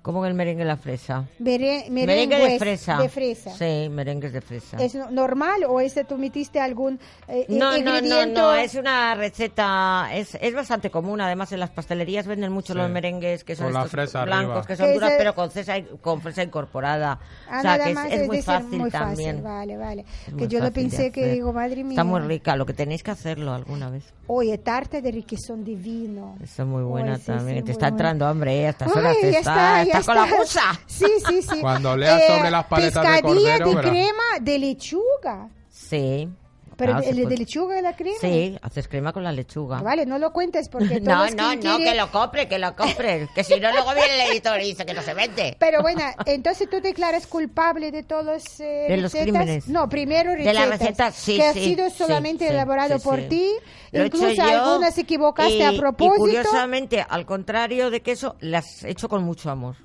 Speaker 3: Como en el merengue de la fresa.
Speaker 1: Mere-
Speaker 3: Merengue de
Speaker 1: merengües
Speaker 3: fresa.
Speaker 1: De fresa.
Speaker 3: Sí, merengues de fresa.
Speaker 1: ¿Es no- normal o ese tú metiste algún eh,
Speaker 3: No, no, no,
Speaker 1: ingrediente?
Speaker 3: no, es una receta, es, es bastante común, además en las pastelerías venden mucho
Speaker 2: Sí.
Speaker 3: los merengues que son
Speaker 2: Con la
Speaker 3: estos
Speaker 2: fresa
Speaker 3: blancos,
Speaker 2: arriba.
Speaker 3: que son
Speaker 1: Que
Speaker 3: duros,
Speaker 1: ese-
Speaker 3: pero con, fresa, con fresa incorporada.
Speaker 1: Ah,
Speaker 3: o sea,
Speaker 1: nada
Speaker 3: que es,
Speaker 1: más,
Speaker 3: es muy
Speaker 1: decir,
Speaker 3: fácil también.
Speaker 1: Vale, vale.
Speaker 3: Es
Speaker 1: que
Speaker 3: muy
Speaker 1: yo lo
Speaker 3: fácil de
Speaker 1: pensé que
Speaker 3: hacer.
Speaker 1: digo, madre mía.
Speaker 3: Está muy rica, lo que tenéis que hacerlo alguna vez.
Speaker 1: Oye, tarta de requesón de vino.
Speaker 3: Está muy buena
Speaker 1: Oye, sí,
Speaker 3: también.
Speaker 1: sí,
Speaker 3: te
Speaker 1: muy
Speaker 3: está
Speaker 1: buena.
Speaker 3: entrando hambre, ¿eh? a estas horas
Speaker 1: Ay,
Speaker 3: te
Speaker 1: ya
Speaker 3: está,
Speaker 1: ya
Speaker 3: está con la gusa.
Speaker 1: Sí, sí, sí. Eh,
Speaker 2: Cuando leas sobre las paletas de
Speaker 1: pescadilla
Speaker 2: cordero, verás.
Speaker 1: crema de lechuga.
Speaker 3: Ah, Sí.
Speaker 1: Pero
Speaker 3: claro,
Speaker 1: de,
Speaker 3: se
Speaker 1: de
Speaker 3: puede-
Speaker 1: lechuga la crema.
Speaker 3: Sí, haces crema con la lechuga.
Speaker 1: Vale, no lo cuentes porque
Speaker 3: No,
Speaker 1: todos
Speaker 3: no,
Speaker 1: quien
Speaker 3: no,
Speaker 1: quiere-
Speaker 3: que lo compre, que lo compre.
Speaker 5: Que si no, luego viene el editor y dice que no se vende.
Speaker 1: Pero bueno, entonces tú declaras culpable de todos eh,
Speaker 3: De los
Speaker 1: recetas?
Speaker 3: crímenes.
Speaker 1: No, primero
Speaker 3: De
Speaker 1: recetas.
Speaker 3: la receta, sí,
Speaker 1: Que ha
Speaker 3: sí,
Speaker 1: sido
Speaker 3: sí,
Speaker 1: solamente
Speaker 3: sí,
Speaker 1: elaborado
Speaker 3: sí,
Speaker 1: por
Speaker 3: sí.
Speaker 1: ti.
Speaker 3: Lo he
Speaker 1: Incluso
Speaker 3: hecho yo
Speaker 1: algunas equivocaste
Speaker 3: y-
Speaker 1: a
Speaker 3: Y
Speaker 1: propósito.
Speaker 3: curiosamente, al contrario de que eso, las he hecho con mucho amor.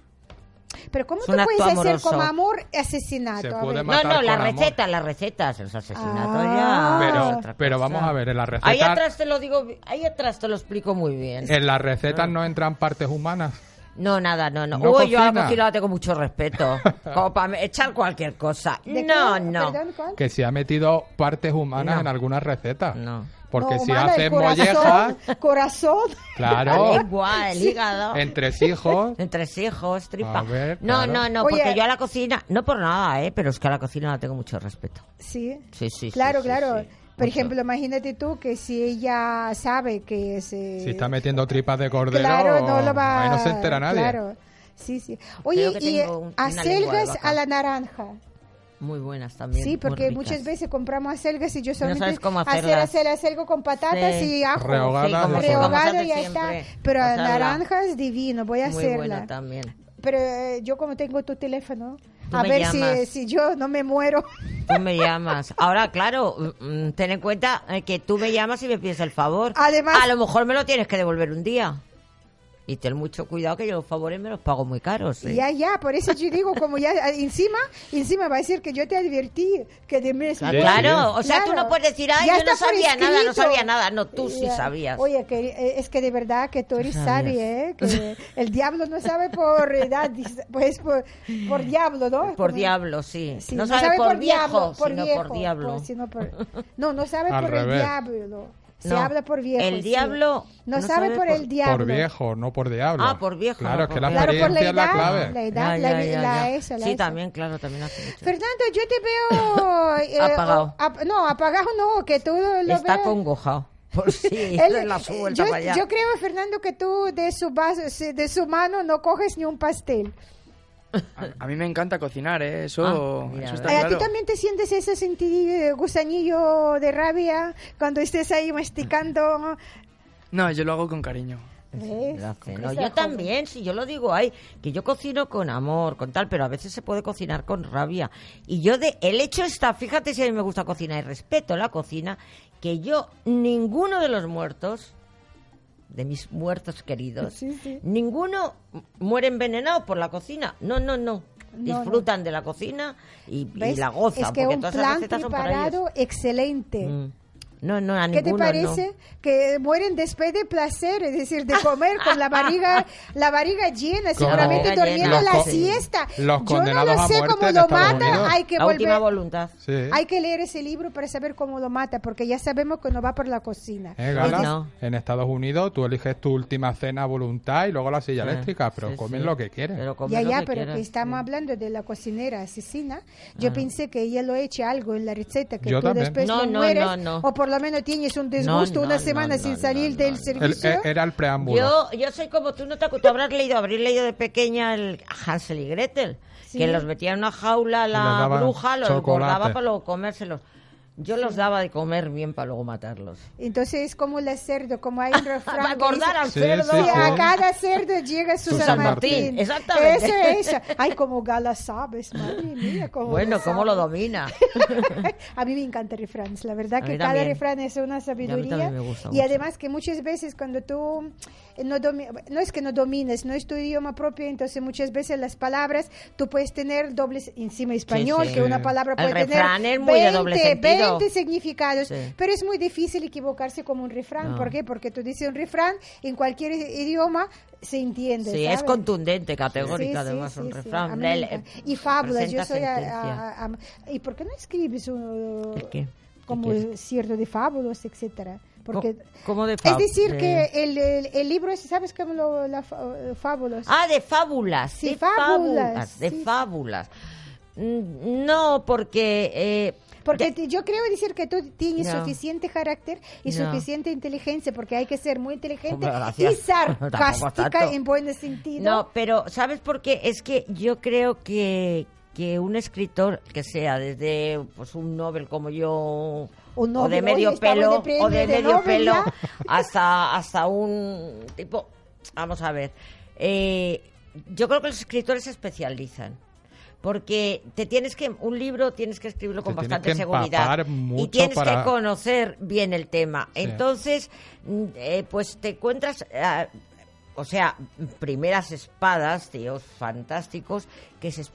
Speaker 1: Pero ¿cómo
Speaker 3: es
Speaker 1: tú
Speaker 3: un
Speaker 1: puedes
Speaker 3: acto
Speaker 1: hacer
Speaker 3: amoroso.
Speaker 1: como amor asesinato?
Speaker 2: Se
Speaker 1: A
Speaker 2: puede
Speaker 1: ver.
Speaker 2: Matar
Speaker 3: no, no,
Speaker 2: con
Speaker 3: las
Speaker 2: amor.
Speaker 3: recetas, las recetas, los asesinatos
Speaker 1: Ah.
Speaker 3: ya.
Speaker 1: Pero-
Speaker 3: es otra
Speaker 2: pero
Speaker 3: cosa.
Speaker 2: vamos a ver, en la receta-
Speaker 3: Ahí atrás te lo digo, ahí atrás te lo explico muy bien.
Speaker 2: En las recetas no entran partes humanas.
Speaker 3: No, nada, no, no.
Speaker 2: No
Speaker 3: Uy, yo a
Speaker 2: cocina.
Speaker 3: Coquilada tengo mucho respeto. Como para me- echar cualquier cosa.
Speaker 1: ¿De
Speaker 3: No,
Speaker 1: qué?
Speaker 3: no.
Speaker 1: Perdón, ¿cuál?
Speaker 2: Que se ha metido partes humanas
Speaker 3: No.
Speaker 2: en algunas recetas.
Speaker 3: No.
Speaker 2: Porque
Speaker 1: No,
Speaker 2: si
Speaker 1: humana, el
Speaker 2: haces mollejas,
Speaker 1: corazón, corazón.
Speaker 2: claro,
Speaker 3: La lengua, el hígado.
Speaker 2: entre hijos,
Speaker 3: Entre hijos, tripa.
Speaker 2: A ver,
Speaker 3: no,
Speaker 2: claro.
Speaker 3: no, no,
Speaker 1: Oye.
Speaker 3: porque yo a la cocina, no por nada, ¿eh? pero es que a la cocina la tengo mucho respeto.
Speaker 1: Sí.
Speaker 3: Sí, sí, sí,
Speaker 1: Claro,
Speaker 3: sí,
Speaker 1: claro.
Speaker 3: sí.
Speaker 1: Por
Speaker 3: Mucho.
Speaker 1: ejemplo, imagínate tú que si ella sabe que es... eh,
Speaker 2: si está metiendo tripas de cordero,
Speaker 1: Claro, no lo va
Speaker 2: ahí no se entera nadie.
Speaker 1: Claro. Sí, sí. Oye,
Speaker 3: que
Speaker 1: y
Speaker 3: tengo un- una lengua de
Speaker 1: acelgas
Speaker 3: vaca.
Speaker 1: a la naranja.
Speaker 3: Muy buenas también.
Speaker 1: sí,
Speaker 3: muy
Speaker 1: porque
Speaker 3: ricas.
Speaker 1: muchas veces compramos acelgas y yo solamente
Speaker 3: sabes cómo
Speaker 1: hacer
Speaker 3: hacerlas.
Speaker 1: acelga, acelga con patatas
Speaker 3: Sí.
Speaker 1: y ajo.
Speaker 2: Rehogadas,
Speaker 3: Sí, como-
Speaker 2: las
Speaker 1: Rehogado
Speaker 3: hacemos
Speaker 1: ya
Speaker 3: siempre.
Speaker 1: está. Pero a
Speaker 3: Hacerla.
Speaker 1: naranja es divino, voy a
Speaker 3: Muy
Speaker 1: hacerla.
Speaker 3: buena también.
Speaker 1: Pero eh, yo como tengo tu teléfono,
Speaker 3: Tú
Speaker 1: a
Speaker 3: me
Speaker 1: ver
Speaker 3: llamas.
Speaker 1: si, si yo no me muero.
Speaker 3: Tú me llamas. Ahora, claro, mm, mm, ten en cuenta eh, que tú me llamas y me pides el favor.
Speaker 1: Además-
Speaker 3: a lo mejor me lo tienes que devolver un día. Y ten mucho cuidado que yo los favores me los pago muy caros. ¿eh?
Speaker 1: Ya, ya, por eso yo digo, como ya eh, encima, encima va a decir que yo te advertí que de mes.
Speaker 3: Ah,
Speaker 2: Sí, sí.
Speaker 3: Claro, o sea, tú
Speaker 1: Claro.
Speaker 3: no puedes decir, ay,
Speaker 1: Ya
Speaker 3: yo no
Speaker 1: está por
Speaker 3: sabía nada, no
Speaker 1: escrito.
Speaker 3: sabía nada. No, tú sí
Speaker 1: Ya.
Speaker 3: sabías.
Speaker 1: Oye, que, eh, es que de verdad que tú eres
Speaker 3: Sabías.
Speaker 1: sabio, ¿eh? Que el diablo no sabe por edad, dice, pues por, por diablo, ¿no?
Speaker 3: Por
Speaker 1: Como-
Speaker 3: diablo, sí.
Speaker 1: Sí,
Speaker 3: no, sabe, por, viejo,
Speaker 1: diablo,
Speaker 3: sino por
Speaker 1: viejo,
Speaker 3: diablo.
Speaker 1: por- sino por- no, no sabe
Speaker 2: Al
Speaker 1: por el
Speaker 2: revés.
Speaker 1: diablo. Se
Speaker 3: No,
Speaker 1: habla por viejo.
Speaker 3: el
Speaker 1: sí.
Speaker 3: diablo
Speaker 1: No, sabe por el diablo.
Speaker 2: Por viejo, no por diablo.
Speaker 3: Ah, por viejo,
Speaker 2: Claro,
Speaker 3: no
Speaker 2: es
Speaker 3: por
Speaker 2: que la
Speaker 3: viejo.
Speaker 1: Claro, por la
Speaker 2: experiencia
Speaker 1: edad,
Speaker 2: es la clave.
Speaker 1: la edad,
Speaker 3: Ya,
Speaker 1: la,
Speaker 3: ya,
Speaker 1: la
Speaker 3: ya, ya.
Speaker 1: eso, la
Speaker 3: sí,
Speaker 1: eso.
Speaker 3: también, claro, también hace mucho.
Speaker 1: Fernando, yo te veo... eh,
Speaker 3: Apagado.
Speaker 1: o- ap- no, apagado no, que tú lo
Speaker 3: Está
Speaker 1: veo-
Speaker 3: congojado. Por si
Speaker 1: Él-
Speaker 3: de la suelta
Speaker 1: yo,
Speaker 3: para allá.
Speaker 1: yo creo, Fernando, que tú de su, vaso- de su mano no coges ni un pastel.
Speaker 4: A, a mí me encanta cocinar, ¿eh? Eso,
Speaker 3: Ah, mira,
Speaker 4: eso
Speaker 3: a
Speaker 4: está
Speaker 3: ver.
Speaker 1: Eh, ¿A
Speaker 4: claro.
Speaker 1: ti también te sientes ese senti- gusanillo de rabia cuando estés ahí masticando?
Speaker 4: No, yo lo hago con cariño.
Speaker 1: ¿Ves?
Speaker 3: Gracias. No,
Speaker 1: Esa
Speaker 3: yo
Speaker 1: joven.
Speaker 3: también, si yo lo digo, ay, que yo cocino con amor, con tal, pero a veces se puede cocinar con rabia. Y yo de, el hecho está, fíjate si a mí me gusta cocinar y respeto la cocina, que yo, ninguno de los muertos, de mis muertos queridos,
Speaker 1: Sí, sí.
Speaker 3: ninguno muere envenenado por la cocina. No, no, no.
Speaker 1: No,
Speaker 3: Disfrutan de la cocina y, y
Speaker 1: ¿Ves?
Speaker 3: la gozan,
Speaker 1: Es que
Speaker 3: porque
Speaker 1: un
Speaker 3: todas esas
Speaker 1: plan
Speaker 3: recetas son para ellos.
Speaker 1: preparado excelente.
Speaker 3: Mm. No, no, a
Speaker 1: ¿Qué te
Speaker 3: ninguno,
Speaker 1: parece?
Speaker 3: no.
Speaker 1: Que mueren después de placer, es decir, de comer con la barriga, la barriga llena, seguramente
Speaker 3: barriga
Speaker 1: durmiendo
Speaker 3: llena,
Speaker 1: la
Speaker 3: sí.
Speaker 1: siesta.
Speaker 2: Los
Speaker 1: Yo no
Speaker 2: condenados
Speaker 1: lo
Speaker 2: a
Speaker 1: sé
Speaker 2: muerte
Speaker 1: cómo
Speaker 2: en
Speaker 1: lo
Speaker 2: Estados Unidos.
Speaker 1: mata, hay que
Speaker 3: la última
Speaker 1: volver.
Speaker 3: voluntad.
Speaker 2: Sí.
Speaker 1: Hay que leer ese libro para saber cómo lo mata, porque ya sabemos que no va por la cocina.
Speaker 2: Eh, Gala,
Speaker 3: Ay, Pues no.
Speaker 2: En Estados Unidos tú eliges tu última cena a voluntad y luego la silla
Speaker 3: Sí,
Speaker 2: eléctrica, pero
Speaker 3: Ah, sí,
Speaker 2: comen
Speaker 3: sí.
Speaker 2: lo que quieren.
Speaker 3: Pero comen
Speaker 1: Ya,
Speaker 3: lo
Speaker 1: ya,
Speaker 3: que
Speaker 1: pero
Speaker 3: quieran,
Speaker 1: que estamos
Speaker 3: sí.
Speaker 1: hablando de la cocinera asesina. Yo pensé que ella lo echa algo en la receta, que
Speaker 2: Yo
Speaker 1: tú
Speaker 2: también.
Speaker 1: después
Speaker 3: No,
Speaker 1: lo
Speaker 3: no,
Speaker 1: mueres,
Speaker 3: no, no.
Speaker 1: o por lo menos tienes un disgusto
Speaker 3: No,
Speaker 1: una
Speaker 3: no,
Speaker 1: semana
Speaker 3: no,
Speaker 1: sin
Speaker 3: no,
Speaker 1: salir
Speaker 3: no,
Speaker 1: del
Speaker 3: no.
Speaker 2: El-
Speaker 1: servicio.
Speaker 2: eh, era el preámbulo.
Speaker 3: Yo, yo soy como tú, no te acu- tú habrás leído, habrás leído de pequeña el Hansel y Gretel,
Speaker 1: Sí.
Speaker 3: que los metía en una jaula
Speaker 2: Y les
Speaker 3: la
Speaker 2: daban
Speaker 3: bruja, los
Speaker 2: chocolate.
Speaker 3: engordaba para luego comérselos. Yo los daba de comer bien para luego matarlos.
Speaker 1: Entonces es como el cerdo, como hay un refrán.
Speaker 3: para
Speaker 1: que dice,
Speaker 3: engordar al
Speaker 2: Sí,
Speaker 3: cerdo.
Speaker 2: sí,
Speaker 1: "Y a
Speaker 2: sí.
Speaker 1: cada cerdo llega su
Speaker 2: Su
Speaker 1: San,
Speaker 2: San
Speaker 1: Martín.
Speaker 2: Martín,
Speaker 3: exactamente.
Speaker 1: Eso, eso. Ay, como gala sabes, madre mía. Como
Speaker 3: Bueno, ¿cómo lo domina?
Speaker 1: a mí me encanta refranes, la verdad
Speaker 3: A
Speaker 1: que
Speaker 3: mí
Speaker 1: cada
Speaker 3: también.
Speaker 1: refrán es una sabiduría
Speaker 3: también me gusta
Speaker 1: y
Speaker 3: mucho.
Speaker 1: además que muchas veces cuando tú eh, no domi- no es que no domines, no es tu idioma propio, entonces muchas veces las palabras tú puedes tener dobles encima español,
Speaker 3: sí.
Speaker 1: que una palabra
Speaker 3: El
Speaker 1: puede
Speaker 3: refrán
Speaker 1: tener
Speaker 3: es muy de doble sentido.
Speaker 1: 20 significados,
Speaker 3: Sí.
Speaker 1: pero es muy difícil equivocarse como un refrán,
Speaker 3: No.
Speaker 1: ¿por qué? Porque tú dices un refrán en cualquier idioma se entiende.
Speaker 3: Sí, es
Speaker 1: ¿sabes?
Speaker 3: contundente,
Speaker 1: Sí,
Speaker 3: categórica,
Speaker 1: sí,
Speaker 3: además,
Speaker 1: sí,
Speaker 3: un
Speaker 1: sí. A
Speaker 3: refrán.
Speaker 1: mí me
Speaker 3: Del- eh,
Speaker 1: encanta. y fábulas, yo
Speaker 3: presenta
Speaker 1: soy... a-
Speaker 3: sentencia.
Speaker 1: a- a- ¿Y por qué no escribes un,
Speaker 3: ¿El qué?
Speaker 1: como
Speaker 3: ¿El qué?
Speaker 1: cierto de fábulas, etcétera? Porque,
Speaker 3: cómo de Eh.
Speaker 1: es
Speaker 3: fábul-
Speaker 1: decir,
Speaker 3: de-
Speaker 1: que el, el, el libro, ese, ¿sabes cómo lo la fa- eh, fábulas?
Speaker 3: Ah, de fábulas.
Speaker 1: Sí,
Speaker 3: de
Speaker 1: fábulas,
Speaker 3: De
Speaker 1: sí.
Speaker 3: fábulas. Mm, No, porque... eh,
Speaker 1: porque te- yo creo decir que tú tienes
Speaker 3: No.
Speaker 1: suficiente carácter y
Speaker 3: No.
Speaker 1: suficiente inteligencia, porque hay que ser muy inteligente
Speaker 3: Hombre,
Speaker 1: y
Speaker 3: gracias. Tampoco
Speaker 1: sarcástica
Speaker 3: tanto.
Speaker 1: en buen sentido.
Speaker 3: No, pero ¿sabes por qué? Es que yo creo que, que un escritor que sea desde pues un Nobel como yo
Speaker 1: Un
Speaker 3: o de
Speaker 1: Nobel,
Speaker 3: medio
Speaker 1: oye, estamos de
Speaker 3: pelo
Speaker 1: premio
Speaker 3: o de,
Speaker 1: de
Speaker 3: medio
Speaker 1: Nobel,
Speaker 3: pelo
Speaker 1: ya.
Speaker 3: hasta hasta un tipo vamos a ver eh, yo creo que los escritores se especializan porque te tienes que un libro tienes que escribirlo con
Speaker 2: Te tienes
Speaker 3: bastante
Speaker 2: que
Speaker 3: seguridad
Speaker 2: empapar mucho
Speaker 3: y tienes
Speaker 2: para-
Speaker 3: que conocer bien el tema
Speaker 2: Sí.
Speaker 3: entonces mm, eh, pues te encuentras ah, o sea, primeras espadas, tíos fantásticos, que se...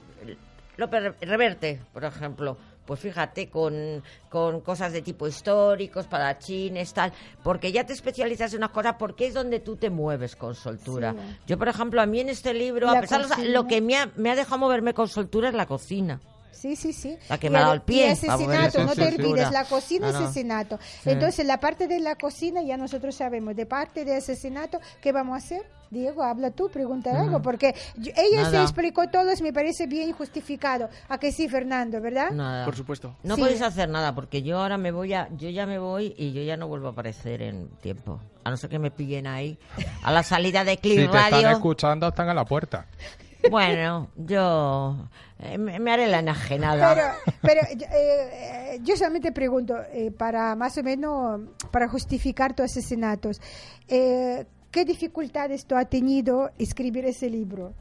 Speaker 3: López Reverte, por ejemplo, pues fíjate, con, con cosas de tipo históricos, padachines, tal, porque ya te especializas en unas cosas, porque es donde tú te mueves con soltura.
Speaker 1: Sí.
Speaker 3: Yo, por ejemplo, a mí en este libro,
Speaker 1: La
Speaker 3: a pesar de los-
Speaker 1: cocina.
Speaker 3: lo que me ha, me ha dejado moverme con soltura es la cocina.
Speaker 1: Sí, sí, sí.
Speaker 3: La que
Speaker 1: Y
Speaker 3: me ha dado
Speaker 1: ade-
Speaker 3: el pie,
Speaker 1: Y
Speaker 3: para
Speaker 1: asesinato,
Speaker 2: volver a
Speaker 1: no
Speaker 2: hacer
Speaker 1: te
Speaker 2: cintura.
Speaker 1: olvides, la cocina es
Speaker 3: Ah, No, no.
Speaker 1: asesinato.
Speaker 3: Sí.
Speaker 1: Entonces, la parte de la cocina ya nosotros sabemos. De parte de asesinato, ¿qué vamos a hacer? Diego, habla tú, pregunta algo, porque yo- ella se
Speaker 3: Nada.
Speaker 1: explicó todo, me parece bien justificado. ¿A que sí, Fernando, verdad?
Speaker 3: Nada.
Speaker 4: Por supuesto.
Speaker 3: No
Speaker 1: Sí.
Speaker 3: podéis hacer nada porque yo ahora me voy a, yo ya me voy y yo ya no vuelvo a aparecer en tiempo. A no ser que me pillen ahí a la salida de Click
Speaker 2: si te están
Speaker 3: Radio.
Speaker 2: escuchando, están a la puerta.
Speaker 3: Bueno, yo eh, me, me haré la enajenada.
Speaker 1: Pero, pero eh, eh, yo solamente pregunto, eh, para más o menos, para justificar tus asesinatos, eh, ¿qué dificultades tú has tenido escribir ese libro?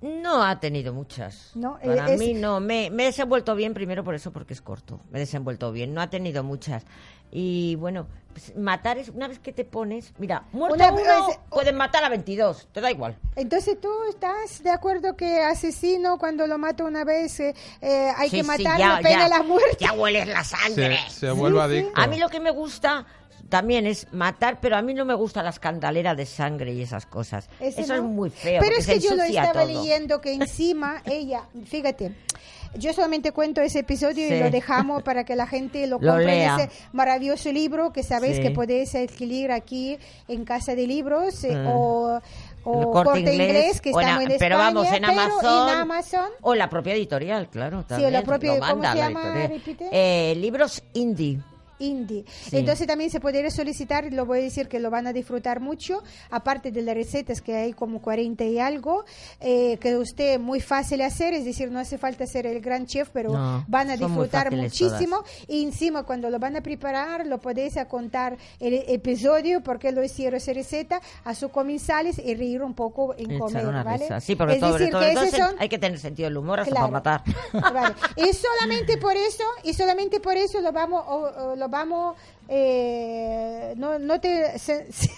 Speaker 3: No ha tenido muchas.
Speaker 1: No, eh,
Speaker 3: Para
Speaker 1: es-
Speaker 3: mí no. Me, me he desenvuelto bien primero por eso porque es corto. Me he desenvuelto bien. No ha tenido muchas. Y bueno, pues, matar es una vez que te pones, mira, muerto
Speaker 1: Una
Speaker 3: uno,
Speaker 1: vez-
Speaker 3: pueden matar a 22. Te da igual.
Speaker 1: Entonces tú estás de acuerdo que asesino cuando lo mata una vez eh, eh, hay
Speaker 3: Sí,
Speaker 1: que
Speaker 3: sí,
Speaker 1: matarlo,
Speaker 3: ya,
Speaker 1: pena
Speaker 3: ya.
Speaker 1: la muerte.
Speaker 5: Ya hueles la
Speaker 2: Se,
Speaker 5: sangre.
Speaker 2: se vuelve adicto.
Speaker 3: A mí lo que me gusta también es matar, pero a mí no me gusta la escandalera de sangre y esas cosas.
Speaker 1: Ese
Speaker 3: Eso es
Speaker 1: no.
Speaker 3: muy feo.
Speaker 1: Pero
Speaker 3: porque
Speaker 1: es
Speaker 3: se
Speaker 1: que yo lo
Speaker 3: ensucia
Speaker 1: estaba
Speaker 3: todo.
Speaker 1: leyendo que encima ella, fíjate, yo solamente cuento ese episodio y
Speaker 3: Sí.
Speaker 1: lo dejamos para que la gente lo,
Speaker 3: Lo
Speaker 1: compre
Speaker 3: lea.
Speaker 1: ese maravilloso libro que sabéis
Speaker 3: Sí.
Speaker 1: que podéis adquirir aquí en Casa de Libros eh,
Speaker 3: Ah.
Speaker 1: o, o
Speaker 3: El
Speaker 1: Corte, Inglés, que
Speaker 3: o en
Speaker 1: estamos
Speaker 3: a-
Speaker 1: en,
Speaker 3: pero
Speaker 1: España,
Speaker 3: vamos, en
Speaker 1: pero
Speaker 3: Amazon,
Speaker 1: en Amazon
Speaker 3: O la propia editorial, claro.
Speaker 1: o
Speaker 3: También,
Speaker 1: la propia-
Speaker 3: lo
Speaker 1: ¿cómo
Speaker 3: manda
Speaker 1: se
Speaker 3: la
Speaker 1: llama?
Speaker 3: editorial.
Speaker 1: Repite.
Speaker 3: Eh, libros indie.
Speaker 1: indie.
Speaker 3: Sí.
Speaker 1: Entonces también se podría solicitar, lo voy a decir que lo van a disfrutar mucho, aparte de las recetas que hay como 40 y algo, eh, que usted muy fácil hacer, es decir, no hace falta ser el gran chef, pero
Speaker 3: No,
Speaker 1: van a
Speaker 3: son muy
Speaker 1: disfrutar
Speaker 3: fáciles
Speaker 1: muchísimo. Y encima cuando lo van a preparar, lo podéis a contar el episodio, por qué lo hicieron esa receta, a sus comensales y reír un poco en
Speaker 3: Echar
Speaker 1: comer,
Speaker 3: una
Speaker 1: ¿vale?
Speaker 3: risa. Sí, porque
Speaker 1: es
Speaker 3: todo,
Speaker 1: decir,
Speaker 3: todo-
Speaker 1: que
Speaker 3: entonces
Speaker 1: esos son...
Speaker 3: hay que tener sentido del humor hasta
Speaker 1: Claro.
Speaker 3: para matar.
Speaker 1: Vale. Y solamente por eso, y solamente por eso lo vamos, o- o lo vamos, eh, no, no te, se- se-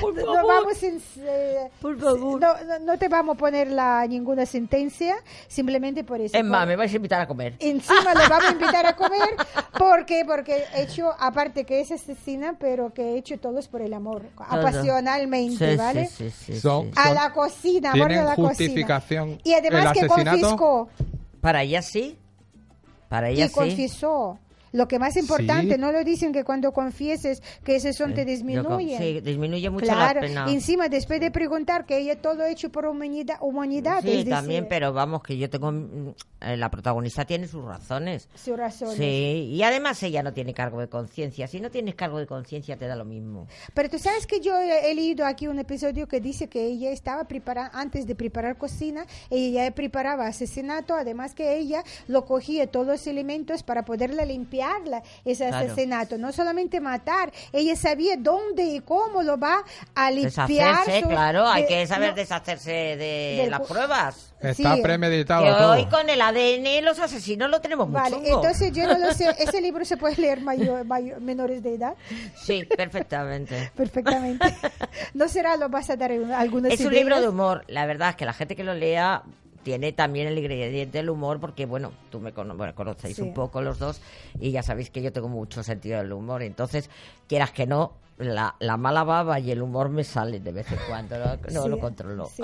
Speaker 3: Por
Speaker 1: No
Speaker 3: favor.
Speaker 1: vamos en- eh,
Speaker 3: Por favor.
Speaker 1: No, no- no te vamos a poner la, ninguna sentencia, simplemente por eso.
Speaker 3: Es más,
Speaker 1: Por-
Speaker 3: me vais a invitar a comer.
Speaker 1: Encima le vamos a invitar a comer. ¿Por qué? Porque he hecho, aparte que es asesina, pero que he hecho todos por el amor, apasionalmente,
Speaker 3: Sí,
Speaker 1: ¿vale?
Speaker 3: sí, sí, sí,
Speaker 2: Son-
Speaker 3: sí.
Speaker 1: A la cocina, amor de
Speaker 2: Tienen
Speaker 1: la
Speaker 2: justificación
Speaker 1: cocina. Y además
Speaker 2: el
Speaker 1: que
Speaker 2: asesinato.
Speaker 1: confiscó
Speaker 3: Para ella sí. Para
Speaker 1: y
Speaker 3: ella sí.
Speaker 1: confisó. Lo que más importante,
Speaker 2: Sí.
Speaker 1: no lo dicen que cuando confieses que ese son te disminuye.
Speaker 3: Eh, Yo co- Sí, disminuye mucho
Speaker 1: claro,
Speaker 3: la pena.
Speaker 1: encima después de preguntar que ella todo hecho por humanidad, humanidad
Speaker 3: Sí,
Speaker 1: es decir,
Speaker 3: también, pero vamos, que yo tengo. mm, eh, la protagonista tiene sus razones.
Speaker 1: sus razones.
Speaker 3: Sí, y además ella no tiene cargo de conciencia. Si no tienes cargo de conciencia, te da lo mismo.
Speaker 1: Pero tú sabes que yo he he leído aquí un episodio que dice que ella estaba preparando, antes de preparar cocina, ella ya preparaba asesinato, además que ella lo cogía todos los elementos para poderla limpiarla, ese
Speaker 3: Claro.
Speaker 1: asesinato. No solamente matar, ella sabía dónde y cómo lo va a limpiar.
Speaker 3: Deshacerse,
Speaker 1: sus-
Speaker 3: claro, hay
Speaker 1: de-
Speaker 3: que saber
Speaker 1: no,
Speaker 3: deshacerse de
Speaker 1: del
Speaker 3: las
Speaker 1: cu-
Speaker 3: pruebas.
Speaker 2: Está
Speaker 1: Sí.
Speaker 2: premeditado
Speaker 3: Que
Speaker 2: todo.
Speaker 3: hoy con el ADN los asesinos lo tenemos muy
Speaker 1: Vale,
Speaker 3: chungo.
Speaker 1: entonces yo no lo sé, ese libro se puede leer mayor, mayor- menores de edad
Speaker 3: Sí, perfectamente.
Speaker 1: perfectamente. ¿No será, lo vas a dar un- algunas
Speaker 3: es un
Speaker 1: ideas?
Speaker 3: libro de humor. La verdad es que la gente que lo lea tiene también el ingrediente del humor porque, bueno, tú me cono- bueno, conocéis
Speaker 1: Sí.
Speaker 3: un poco los dos y ya sabéis que yo tengo mucho sentido del humor. Entonces, quieras que no, la, la mala baba y el humor me salen de vez en cuando. No, No
Speaker 1: Sí,
Speaker 3: lo controlo.
Speaker 1: sí,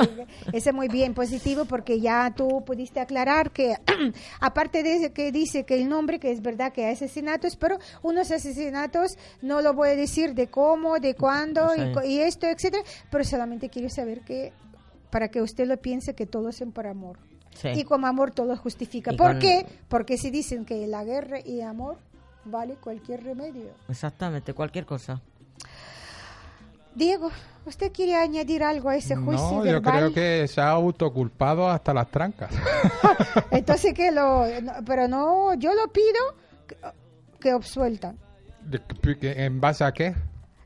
Speaker 1: Eso es muy bien, positivo, porque ya tú pudiste aclarar que, aparte de que dice que el nombre, que es verdad que hay asesinatos, pero unos asesinatos no lo voy a decir de cómo, de cuándo y,
Speaker 3: Sí.
Speaker 1: co- y esto, etcétera, pero solamente quiero saber que para que usted lo piense que todos son por amor.
Speaker 3: Sí.
Speaker 1: Y con amor todo justifica.
Speaker 3: Y
Speaker 1: ¿Por
Speaker 3: con-
Speaker 1: qué? Porque si dicen que la guerra y amor vale cualquier remedio.
Speaker 3: Exactamente, cualquier cosa.
Speaker 1: Diego, ¿usted quiere añadir algo a ese juicio
Speaker 2: No, yo
Speaker 1: verbal?
Speaker 2: creo que se ha autoculpado hasta las trancas.
Speaker 1: Entonces que lo, no, pero no, yo lo pido que, que absueltan.
Speaker 2: ¿En base a qué?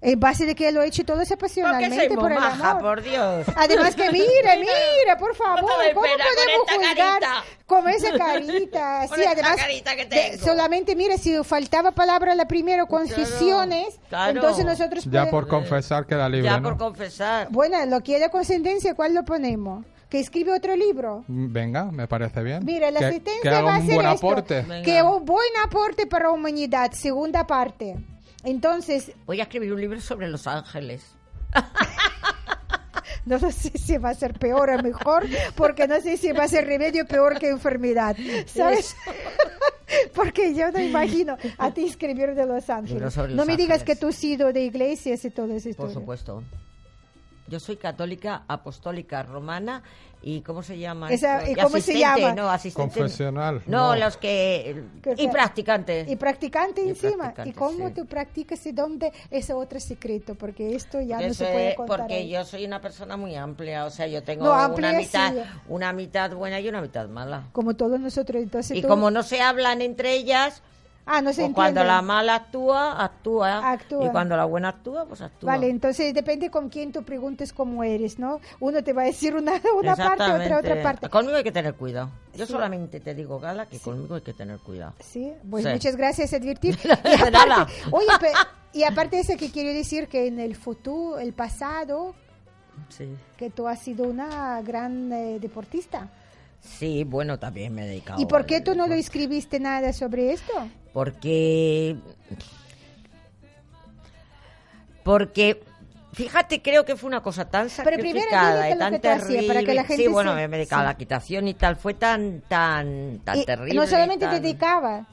Speaker 1: En base de que lo he hecho todo es
Speaker 3: Porque soy
Speaker 1: apasionalmente
Speaker 3: muy
Speaker 1: por el
Speaker 3: maja,
Speaker 1: amor.
Speaker 3: por Dios.
Speaker 1: Además que mira, mira, por favor,
Speaker 3: me
Speaker 1: ¿cómo
Speaker 3: pena
Speaker 1: podemos
Speaker 3: con esta
Speaker 1: juzgar
Speaker 3: carita?
Speaker 1: con esa carita?
Speaker 3: Con
Speaker 1: Sí,
Speaker 3: esta
Speaker 1: además,
Speaker 3: carita que
Speaker 1: de-
Speaker 3: tengo.
Speaker 1: solamente mira, si faltaba palabra la primera, confesiones,
Speaker 3: claro.
Speaker 1: entonces nosotros
Speaker 2: Ya
Speaker 1: podemos-
Speaker 2: por confesar queda libre,
Speaker 3: Ya
Speaker 2: ¿no?
Speaker 3: por confesar.
Speaker 1: Bueno, lo quiere con sentencia, ¿cuál lo ponemos? Que escribe otro libro.
Speaker 2: Mm, Venga, me parece bien.
Speaker 1: Mira, la
Speaker 2: Que- que
Speaker 1: asistencia
Speaker 2: haga
Speaker 1: va a
Speaker 2: un
Speaker 1: ser
Speaker 2: buen
Speaker 1: esto,
Speaker 2: aporte.
Speaker 3: Venga.
Speaker 1: que un buen aporte para la humanidad, segunda parte. Entonces,
Speaker 3: Voy a escribir un libro sobre Los Ángeles.
Speaker 1: no lo sé si va a ser peor o mejor, porque no sé si va a ser remedio peor que enfermedad, ¿sabes? Porque yo no imagino a ti escribir de Los
Speaker 3: Libro
Speaker 1: Ángeles.
Speaker 3: sobre
Speaker 1: no
Speaker 3: Los
Speaker 1: me digas
Speaker 3: Ángeles.
Speaker 1: que tú has sido de iglesias y todo eso.
Speaker 3: Por supuesto. Yo soy católica, apostólica, romana y ¿cómo se llama?
Speaker 1: Esa-
Speaker 3: esto?
Speaker 1: ¿y cómo se
Speaker 3: asistente,
Speaker 1: llama?
Speaker 3: No, asistente.
Speaker 2: Confesional,
Speaker 3: No,
Speaker 2: no.
Speaker 3: los que...
Speaker 1: Que
Speaker 3: Y
Speaker 1: sea-
Speaker 3: practicante.
Speaker 1: Y practicante
Speaker 3: Y
Speaker 1: encima.
Speaker 3: practicante,
Speaker 1: ¿Y cómo
Speaker 3: sí.
Speaker 1: tú practicas y dónde? Es otro secreto, porque esto ya no
Speaker 3: Eso
Speaker 1: se puede
Speaker 3: es
Speaker 1: contar.
Speaker 3: porque
Speaker 1: ahí.
Speaker 3: yo soy una persona muy amplia, o sea, yo tengo
Speaker 1: No,
Speaker 3: una
Speaker 1: amplia,
Speaker 3: mitad,
Speaker 1: sí.
Speaker 3: una mitad buena y una mitad mala.
Speaker 1: Como todos nosotros, entonces
Speaker 3: Y
Speaker 1: tú-
Speaker 3: como no se hablan entre ellas,
Speaker 1: Ah, no se
Speaker 3: o cuando
Speaker 1: entiende.
Speaker 3: la mala actúa, actúa,
Speaker 1: Actúa.
Speaker 3: y cuando la buena actúa, pues actúa.
Speaker 1: Vale, entonces depende con quién tú preguntes cómo eres, ¿no? Uno te va a decir una, una parte, otra otra
Speaker 3: Exactamente.
Speaker 1: parte.
Speaker 3: Conmigo hay que tener cuidado. Yo
Speaker 1: Sí.
Speaker 3: solamente te digo, Gala, que conmigo hay que tener cuidado.
Speaker 1: Sí, pues
Speaker 3: Sí.
Speaker 1: muchas gracias advertir. Y
Speaker 3: De
Speaker 1: aparte-
Speaker 3: nada.
Speaker 1: oye, pe- y aparte eso que quiero decir que en el futuro, el pasado,
Speaker 3: Sí.
Speaker 1: que tú has sido una gran eh, deportista.
Speaker 3: Sí, bueno, también me he dedicado.
Speaker 1: ¿Y por qué
Speaker 3: al
Speaker 1: tú no lo
Speaker 3: deporte.
Speaker 1: escribiste nada sobre esto?
Speaker 3: Porque. Porque. Fíjate, creo que fue una cosa tan
Speaker 1: Pero primero
Speaker 3: sacrificada
Speaker 1: dime
Speaker 3: y
Speaker 1: qué es lo
Speaker 3: tan
Speaker 1: que te hacía,
Speaker 3: terrible.
Speaker 1: para que la gente
Speaker 3: sí, bueno,
Speaker 1: se-
Speaker 3: me he dedicado a
Speaker 1: sí.
Speaker 3: la quitación y tal. Fue tan, tan, tan
Speaker 1: Y
Speaker 3: terrible.
Speaker 1: no solamente
Speaker 3: tan-
Speaker 1: te dedicaba,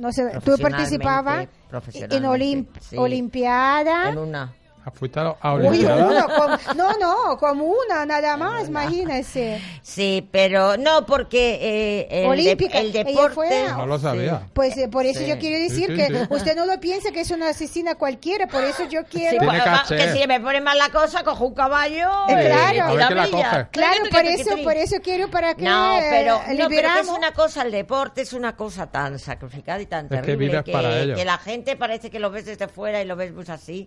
Speaker 1: no sé, tú
Speaker 3: Profesionalmente,
Speaker 1: participabas en olim-
Speaker 3: profesionalmente, sí.
Speaker 1: Olimpiada.
Speaker 3: En una.
Speaker 2: Fuiste a lo- a
Speaker 1: Uy,
Speaker 2: Olimpiada.
Speaker 1: uno, com- no, no, como una nada más, imagínese.
Speaker 3: Sí, pero no, porque eh, el, de-
Speaker 1: Olímpica,
Speaker 3: el
Speaker 1: ella
Speaker 3: deporte.
Speaker 1: fue a-
Speaker 2: No lo sabía.
Speaker 1: Pues eh, por eso
Speaker 3: Sí.
Speaker 1: yo quiero decir
Speaker 2: Sí, sí,
Speaker 1: que
Speaker 2: sí.
Speaker 1: usted no lo piensa que es una asesina cualquiera, por eso yo
Speaker 3: Sí,
Speaker 1: quiero...
Speaker 2: Tiene
Speaker 3: pues, va-
Speaker 2: caché.
Speaker 3: que si me pone mal la cosa, cojo un caballo.
Speaker 1: Eh,
Speaker 3: y-
Speaker 1: claro.
Speaker 3: y
Speaker 1: A ver
Speaker 3: la
Speaker 2: que la
Speaker 3: brilla.
Speaker 2: coge.
Speaker 1: Claro,
Speaker 3: Claro,
Speaker 1: por
Speaker 3: que-
Speaker 1: eso,
Speaker 3: que-
Speaker 1: por eso quiero para que
Speaker 3: No,
Speaker 1: eh,
Speaker 3: pero, no, pero que es
Speaker 1: liberamos.
Speaker 3: una cosa, el deporte es una cosa tan sacrificada y tan
Speaker 2: que
Speaker 3: terrible
Speaker 2: vives para ello.
Speaker 3: que la gente parece que lo ves desde fuera y lo ves pues así.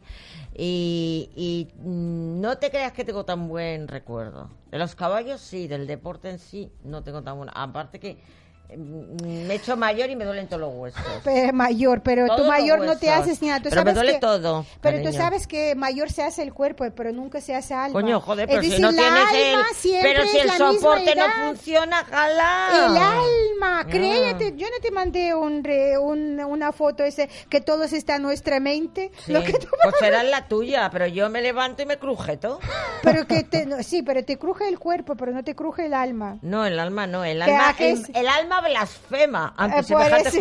Speaker 3: Y, y, mm, no te creas que tengo tan buen recuerdo. De los caballos sí, del deporte en sí no tengo tan buen. Aparte que mm, me he hecho mayor y me duelen todos los huesos.
Speaker 1: Pe- mayor, pero
Speaker 3: Todos
Speaker 1: tú
Speaker 3: los
Speaker 1: mayor no te
Speaker 3: huesos.
Speaker 1: haces ni nada. Tú
Speaker 3: Pero me
Speaker 1: sabes
Speaker 3: duele
Speaker 1: que-
Speaker 3: todo,
Speaker 1: Pero tú
Speaker 3: cariño.
Speaker 1: sabes que mayor se hace el cuerpo, pero nunca se hace alma.
Speaker 3: Coño, joder,
Speaker 1: Es
Speaker 3: pero si
Speaker 1: decir,
Speaker 3: no
Speaker 1: la
Speaker 3: tienes
Speaker 1: alma
Speaker 3: el...
Speaker 1: siempre
Speaker 3: Pero si
Speaker 1: es
Speaker 3: el
Speaker 1: la misma
Speaker 3: soporte no
Speaker 1: edad.
Speaker 3: funciona,
Speaker 1: El
Speaker 3: jala.
Speaker 1: alma,
Speaker 3: Ah.
Speaker 1: créete, yo no te mandé un re- un- una foto ese que todos está en nuestra mente,
Speaker 3: Sí,
Speaker 1: lo que tú-
Speaker 3: Pues será la tuya, pero yo me levanto y me crujeto.
Speaker 1: pero que te, no, sí, pero te cruje el cuerpo, pero no te cruje el alma.
Speaker 3: No, el alma no, el
Speaker 1: Que
Speaker 3: alma, el,
Speaker 1: haces-
Speaker 3: el alma blasfema, aunque
Speaker 1: Eh,
Speaker 3: se dejate
Speaker 1: eso-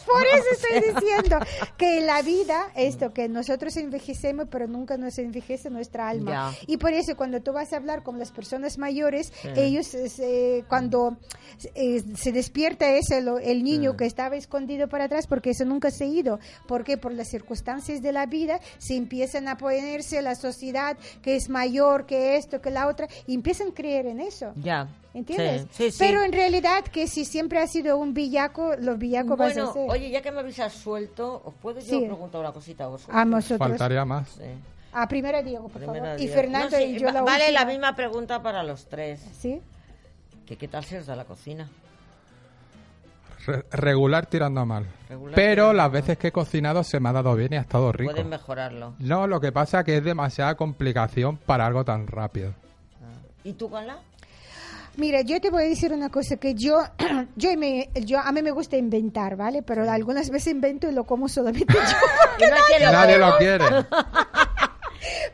Speaker 1: por eso
Speaker 3: O
Speaker 1: estoy
Speaker 3: sea, Mm.
Speaker 1: diciendo que en la vida, esto, que nosotros envejecemos, pero nunca nos envejece nuestra alma.
Speaker 3: Ya.
Speaker 1: Y por eso cuando tú vas a hablar con las personas mayores, ellos, eh, se- cuando eh, se despierta ese, lo- el niño que estaba escondido para atrás, porque eso nunca se ha ido, porque por las circunstancias de la vida se empiezan a ponerse la sociedad que es mayor que esto, que la otra, y empiezan a creer en eso.
Speaker 3: Ya.
Speaker 1: ¿Entiendes?
Speaker 3: Sí, sí, sí.
Speaker 1: Pero en realidad que si siempre has sido un villaco, los villacos vas a
Speaker 3: Bueno,
Speaker 1: ser.
Speaker 3: oye, ya que me habéis suelto, ¿os puedo yo
Speaker 1: Sí.
Speaker 3: preguntar una cosita a vosotros?
Speaker 1: a nosotros.
Speaker 2: Faltaría más.
Speaker 3: Sí.
Speaker 1: A primera Diego, por
Speaker 3: Primero
Speaker 1: favor. Y
Speaker 3: Dios.
Speaker 1: Fernando
Speaker 3: No, sí,
Speaker 1: y yo
Speaker 3: va-
Speaker 1: la
Speaker 3: Vale,
Speaker 1: última.
Speaker 3: la misma pregunta para los tres.
Speaker 1: ¿Sí?
Speaker 3: ¿Qué, qué tal se os da la cocina?
Speaker 2: Re- regular tirando a mal.
Speaker 3: Regular tirando
Speaker 2: Pero
Speaker 3: a
Speaker 2: las
Speaker 3: mal.
Speaker 2: veces que he cocinado se me ha dado bien y ha estado rico.
Speaker 3: Pueden mejorarlo.
Speaker 2: No, lo que pasa que es demasiada complicación para algo tan rápido.
Speaker 3: ¿Y tú, Gala?
Speaker 1: Mira, yo te voy a decir una cosa que yo, yo, me, yo a mí me gusta inventar, ¿vale? Pero algunas veces invento y lo como solamente yo.
Speaker 3: Que no quiero-
Speaker 2: Nadie lo quiere.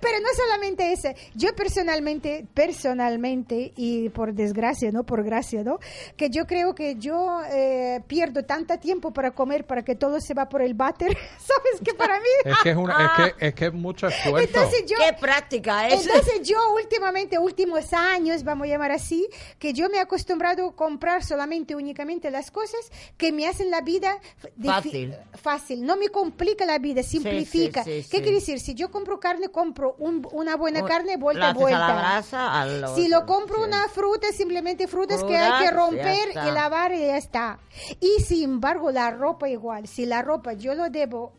Speaker 1: Pero no solamente ese. Yo personalmente, personalmente, y por desgracia, ¿no? Por gracia, ¿no? Que yo creo que yo eh, pierdo tanto tiempo para comer para que todo se va por el váter. ¿Sabes que para mí?
Speaker 2: Es que es, un- es, que, es que es mucho esfuerzo.
Speaker 1: Entonces yo...
Speaker 3: ¡Qué práctica ¿eh? es!
Speaker 1: Entonces yo últimamente, últimos años, vamos a llamar así, que yo me he acostumbrado a comprar solamente, únicamente las cosas que me hacen la vida difi-
Speaker 3: Fácil.
Speaker 1: Fácil, no me complica la vida, simplifica.
Speaker 3: sí, sí,
Speaker 1: ¿Qué
Speaker 3: sí.
Speaker 1: quiere decir? Si yo compro carne, compro un- una buena
Speaker 3: Un-
Speaker 1: carne
Speaker 3: la
Speaker 1: vuelta a
Speaker 3: haces
Speaker 1: vuelta.
Speaker 3: a la brasa, a lo-
Speaker 1: si lo compro
Speaker 3: sí.
Speaker 1: una fruta, simplemente frutas que
Speaker 3: Crudas,
Speaker 1: hay que
Speaker 3: ya
Speaker 1: romper
Speaker 3: está.
Speaker 1: y lavar y ya está. Y sin embargo, la ropa igual. Si la ropa yo lo debo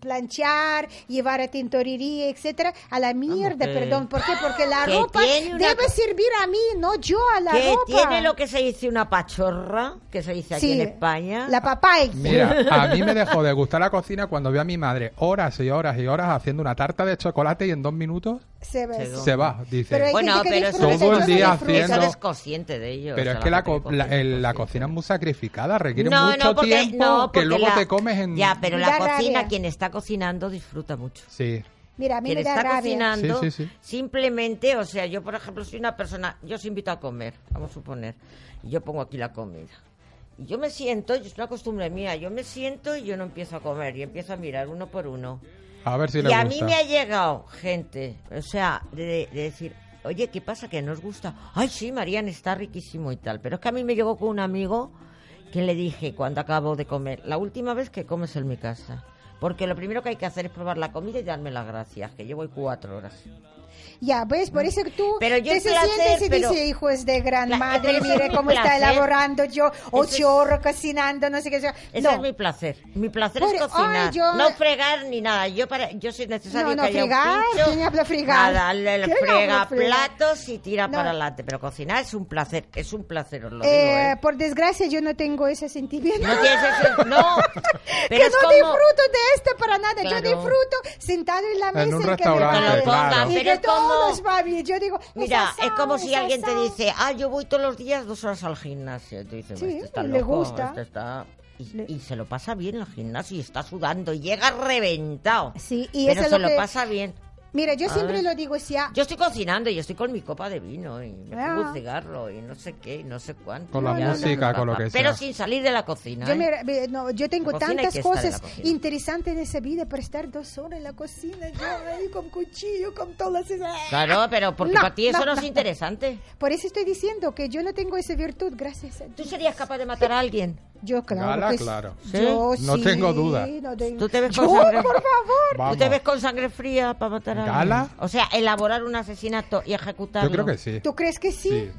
Speaker 1: planchar, llevar a tintorería, etcétera, a la mierda,
Speaker 3: que-
Speaker 1: perdón, ¿por qué? Porque la
Speaker 3: Que
Speaker 1: ropa
Speaker 3: eh. tiene una
Speaker 1: debe
Speaker 3: co-
Speaker 1: servir a mí, no yo a la
Speaker 3: que
Speaker 1: ropa.
Speaker 3: tiene lo que se dice una pachorra, que se dice aquí
Speaker 1: Sí,
Speaker 3: en España.
Speaker 1: La papaya.
Speaker 2: Mira, a mí me dejó de gustar la cocina cuando vi a mi madre horas y horas y horas haciendo una tarta de chocolate y en dos minutos
Speaker 1: Se ve.
Speaker 3: Sí,
Speaker 2: se va, dice.
Speaker 1: Pero hay
Speaker 3: Bueno,
Speaker 1: gente que
Speaker 3: pero
Speaker 1: disfruta,
Speaker 2: es que-
Speaker 1: yo
Speaker 2: Todo el
Speaker 1: no
Speaker 2: día
Speaker 1: disfruto.
Speaker 3: Eso
Speaker 2: haciendo-
Speaker 3: eres consciente de ello.
Speaker 2: Pero
Speaker 3: o sea,
Speaker 2: es que la, co-
Speaker 3: gente
Speaker 2: la- el- la
Speaker 3: consciente.
Speaker 2: cocina es muy sacrificada, requiere
Speaker 3: No,
Speaker 2: mucho
Speaker 3: no, porque,
Speaker 2: tiempo
Speaker 3: no,
Speaker 2: que
Speaker 3: porque
Speaker 2: luego
Speaker 3: la-
Speaker 2: te comes en...
Speaker 3: Ya, pero
Speaker 1: Da
Speaker 3: la cocina,
Speaker 1: rabia.
Speaker 3: quien está cocinando disfruta mucho.
Speaker 2: Sí,
Speaker 1: Mira, a mí
Speaker 3: quien
Speaker 1: me da
Speaker 3: está
Speaker 1: rabia.
Speaker 3: cocinando,
Speaker 2: Sí, sí, sí.
Speaker 3: simplemente, o sea, yo por ejemplo soy una persona, yo os invito a comer, vamos a suponer, y yo pongo aquí la comida. Y yo me siento, y es una costumbre mía, yo me siento y yo no empiezo a comer, y empiezo a mirar uno por uno.
Speaker 2: a ver si
Speaker 3: y
Speaker 2: le
Speaker 3: a
Speaker 2: gusta.
Speaker 3: mí me ha llegado gente, o sea, de, de decir, oye, ¿qué pasa que nos gusta? Ay, sí, Marian está riquísimo y tal, pero es que a mí me llegó con un amigo que le dije cuando acabo de comer, la última vez que comes en mi casa. Porque lo primero que hay que hacer es probar la comida y darme las gracias, que llevo ahí cuatro horas.
Speaker 1: Ya, ves, por eso que tú
Speaker 3: Pero yo
Speaker 1: te
Speaker 3: el
Speaker 1: se
Speaker 3: placer,
Speaker 1: sientes y
Speaker 3: pero-
Speaker 1: dices, hijo es de gran
Speaker 3: Pla-
Speaker 1: madre,
Speaker 3: pero ese es
Speaker 1: mire
Speaker 3: mi
Speaker 1: cómo está
Speaker 3: placer.
Speaker 1: elaborando yo,
Speaker 3: Ese es-
Speaker 1: ocho horas cocinando, no sé qué. sea".
Speaker 3: Ese
Speaker 1: No.
Speaker 3: es mi placer. Mi placer es
Speaker 1: Pobre-
Speaker 3: cocinar.
Speaker 1: ay, yo-
Speaker 3: No fregar ni nada. Yo para yo soy necesario
Speaker 1: No, no,
Speaker 3: que haya
Speaker 1: fregar,
Speaker 3: un pincho.
Speaker 1: ¿quién habla fregar?
Speaker 3: Nada, él- él
Speaker 1: ¿Quién
Speaker 3: frega
Speaker 1: habla fregar?
Speaker 3: platos y tira
Speaker 1: No.
Speaker 3: para adelante. Pero cocinar es un placer. Es un placer, os lo digo.
Speaker 1: Eh,
Speaker 3: ¿eh?
Speaker 1: Por desgracia, yo no tengo ese sentimiento.
Speaker 3: No tienes ese- No. Pero
Speaker 1: que
Speaker 3: es
Speaker 1: no
Speaker 3: como...
Speaker 1: disfruto de esto para nada.
Speaker 3: Claro.
Speaker 1: Yo disfruto sentado en la
Speaker 2: En
Speaker 1: mesa
Speaker 2: un
Speaker 1: y que me
Speaker 2: restaurante,
Speaker 1: paguen.
Speaker 3: claro.
Speaker 1: Y
Speaker 3: Pero
Speaker 1: que
Speaker 3: es como-
Speaker 1: todos va bien. Yo digo,
Speaker 3: Mira,
Speaker 1: "Es
Speaker 3: es como si
Speaker 1: asado,
Speaker 3: alguien
Speaker 1: Pues es
Speaker 3: te
Speaker 1: asado".
Speaker 3: dice, ah, yo voy todos los días dos horas al gimnasio. Y tú dices,
Speaker 1: Sí,
Speaker 3: este está
Speaker 1: le
Speaker 3: loco,
Speaker 1: gusta.
Speaker 3: este está... Y,
Speaker 1: Le-
Speaker 3: y se lo pasa bien al gimnasio y está sudando y llega reventado.
Speaker 1: Sí, y eso
Speaker 3: pero
Speaker 1: es
Speaker 3: se
Speaker 1: lo
Speaker 3: lo
Speaker 1: que-
Speaker 3: pasa bien.
Speaker 1: Mira, yo
Speaker 3: A
Speaker 1: siempre
Speaker 3: ver.
Speaker 1: lo digo, si a-
Speaker 3: Yo estoy cocinando y estoy con mi copa de vino y me
Speaker 1: Ah.
Speaker 3: pongo un cigarro y no sé qué y no sé cuánto.
Speaker 2: Con la
Speaker 3: Ya,
Speaker 2: música, con lo que
Speaker 3: Pero
Speaker 2: sea.
Speaker 3: sin salir de la cocina.
Speaker 1: Yo,
Speaker 3: ¿eh?
Speaker 1: me- me- no, yo tengo
Speaker 3: La cocina hay
Speaker 1: tantas
Speaker 3: que estar en la
Speaker 1: cosas
Speaker 3: cocina.
Speaker 1: interesantes en esa vida para estar dos horas en la cocina, yo ahí con cuchillo, con todas esas...
Speaker 3: Claro, pero porque
Speaker 1: No,
Speaker 3: para ti eso
Speaker 1: no,
Speaker 3: no, es
Speaker 1: no.
Speaker 3: interesante.
Speaker 1: Por eso estoy diciendo que yo no tengo esa virtud, gracias a
Speaker 3: ¿Tú
Speaker 1: Dios.
Speaker 3: serías capaz de matar a alguien?
Speaker 1: Yo, claro.
Speaker 2: Gala,
Speaker 1: que sí.
Speaker 2: claro.
Speaker 1: Yo
Speaker 2: ¿Sí? No
Speaker 1: sí,
Speaker 2: tengo duda.
Speaker 1: no tengo-
Speaker 3: ¿Tú te ves
Speaker 1: Yo,
Speaker 3: con sangre?
Speaker 1: por favor.
Speaker 2: Vamos.
Speaker 3: ¿Tú te ves con sangre fría para matar a
Speaker 2: ¿Gala?
Speaker 3: alguien? O sea, elaborar un asesinato y ejecutarlo.
Speaker 2: Yo creo que sí.
Speaker 1: ¿Tú crees que sí?
Speaker 2: Sí.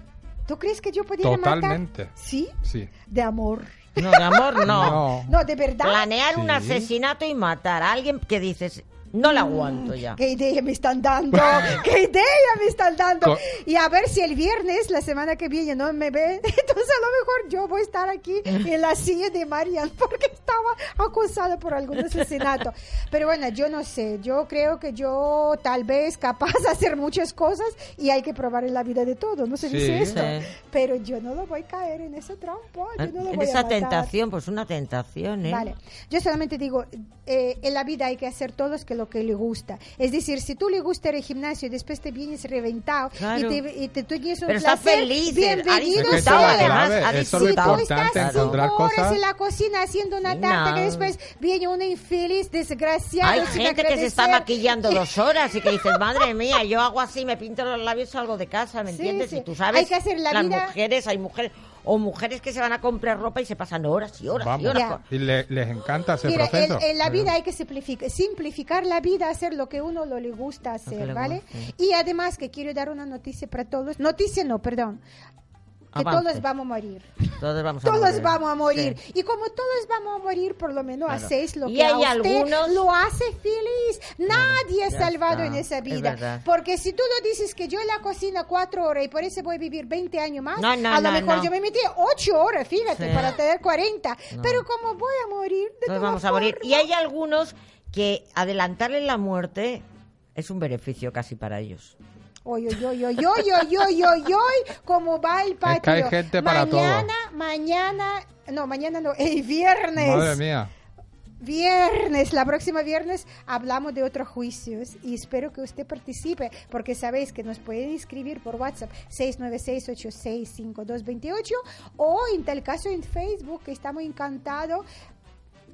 Speaker 1: ¿Tú crees que yo podría
Speaker 2: Totalmente.
Speaker 1: matar? ¿Sí?
Speaker 2: Sí.
Speaker 1: De amor.
Speaker 3: No, de amor no.
Speaker 1: No, de verdad.
Speaker 3: Planear un
Speaker 2: Sí.
Speaker 3: asesinato y matar a alguien que dices, no
Speaker 1: Mm,
Speaker 3: la aguanto ya.
Speaker 1: ¿Qué idea me están dando? ¿Qué idea me están dando?
Speaker 2: Co-
Speaker 1: Y a ver si el viernes, la semana que viene, no me ve. Entonces a lo mejor yo voy a estar aquí en la silla de Marian porque estaba acusada por algún asesinato. Pero bueno, yo no sé, yo creo que yo tal vez capaz de hacer muchas cosas y hay que probar en la vida de todo, no se
Speaker 2: Sí.
Speaker 1: dice esto.
Speaker 3: Sí.
Speaker 1: Pero yo no lo voy a caer en ese trampo, yo no lo
Speaker 3: En
Speaker 1: voy a
Speaker 3: esa
Speaker 1: matar.
Speaker 3: tentación, pues una tentación, ¿eh?
Speaker 1: Vale, yo solamente digo, eh, en la vida hay que hacer todo que lo que le gusta. Es decir, si tú le gusta ir al gimnasio y después te vienes reventado
Speaker 3: Claro.
Speaker 1: y te, y te tú tienes un
Speaker 3: Pero está
Speaker 1: placer,
Speaker 3: feliz, eh, ha
Speaker 1: bienvenido
Speaker 2: Es que esa
Speaker 3: disfrutado,
Speaker 1: sea.
Speaker 2: es la
Speaker 3: además,
Speaker 2: clave, eso
Speaker 3: ha
Speaker 2: es
Speaker 1: Si
Speaker 2: lo
Speaker 1: tú
Speaker 3: disfrutado.
Speaker 1: estás
Speaker 2: importante,
Speaker 3: Claro.
Speaker 2: encontrar
Speaker 1: cinco horas
Speaker 2: cosas.
Speaker 1: en la cocina haciendo una
Speaker 3: No.
Speaker 1: tarta que después viene una infeliz desgraciada.
Speaker 3: Hay
Speaker 1: sin
Speaker 3: gente que se está
Speaker 1: agradecer.
Speaker 3: maquillando dos horas y que dices, madre mía, yo hago así, me pinto los labios, salgo de casa, ¿me
Speaker 1: Sí,
Speaker 3: entiendes?
Speaker 1: sí.
Speaker 3: Y tú sabes,
Speaker 1: Hay que hacer la
Speaker 3: las
Speaker 1: vida-
Speaker 3: mujeres, hay mujeres, o mujeres que se van a comprar ropa y se pasan horas y horas y
Speaker 2: Vamos.
Speaker 3: horas.
Speaker 1: Ya.
Speaker 2: Y le- les encanta ese
Speaker 1: Mira, en,
Speaker 2: proceso.
Speaker 1: en la vida hay que simplific- simplificar la vida, hacer lo que uno lo le gusta
Speaker 3: que
Speaker 1: hacer,
Speaker 3: le
Speaker 1: ¿vale?
Speaker 3: guste.
Speaker 1: Y además que quiero dar una noticia para todos. Noticia no, perdón. Que
Speaker 3: Avance.
Speaker 1: todos vamos a morir.
Speaker 3: Todos vamos a
Speaker 1: Todos
Speaker 3: morir.
Speaker 1: vamos a morir.
Speaker 3: Sí.
Speaker 1: Y como todos vamos a morir, por lo menos
Speaker 3: Claro.
Speaker 1: hacéis lo
Speaker 3: Y
Speaker 1: que a
Speaker 3: hay
Speaker 1: usted
Speaker 3: algunos-
Speaker 1: lo hace feliz. Nadie es
Speaker 3: ya
Speaker 1: salvado
Speaker 3: está.
Speaker 1: en esa
Speaker 3: Es
Speaker 1: vida.
Speaker 3: verdad.
Speaker 1: Porque si tú lo dices que yo en la cocina cuatro horas y por eso voy a vivir 20 años más,
Speaker 3: No, no,
Speaker 1: a lo
Speaker 3: no,
Speaker 1: mejor
Speaker 3: no.
Speaker 1: yo me metí ocho horas, fíjate,
Speaker 3: Sí.
Speaker 1: para tener 40.
Speaker 3: No.
Speaker 1: Pero como voy a morir, de
Speaker 3: Todos
Speaker 1: todas
Speaker 3: vamos a morir.
Speaker 1: formas-
Speaker 3: Y hay algunos que adelantarle la muerte es un beneficio casi para ellos.
Speaker 1: Oy, oy, oy, oy, oy, oy, oy, oy, oy, cómo va el patio.
Speaker 2: Es que hay gente para
Speaker 1: mañana, mañana, no, mañana no, el viernes.
Speaker 2: Madre mía.
Speaker 1: Viernes, la próxima viernes hablamos de otros juicios y espero que usted participe porque sabéis que nos pueden escribir por WhatsApp 696-865228 o en tal caso en Facebook que estamos encantados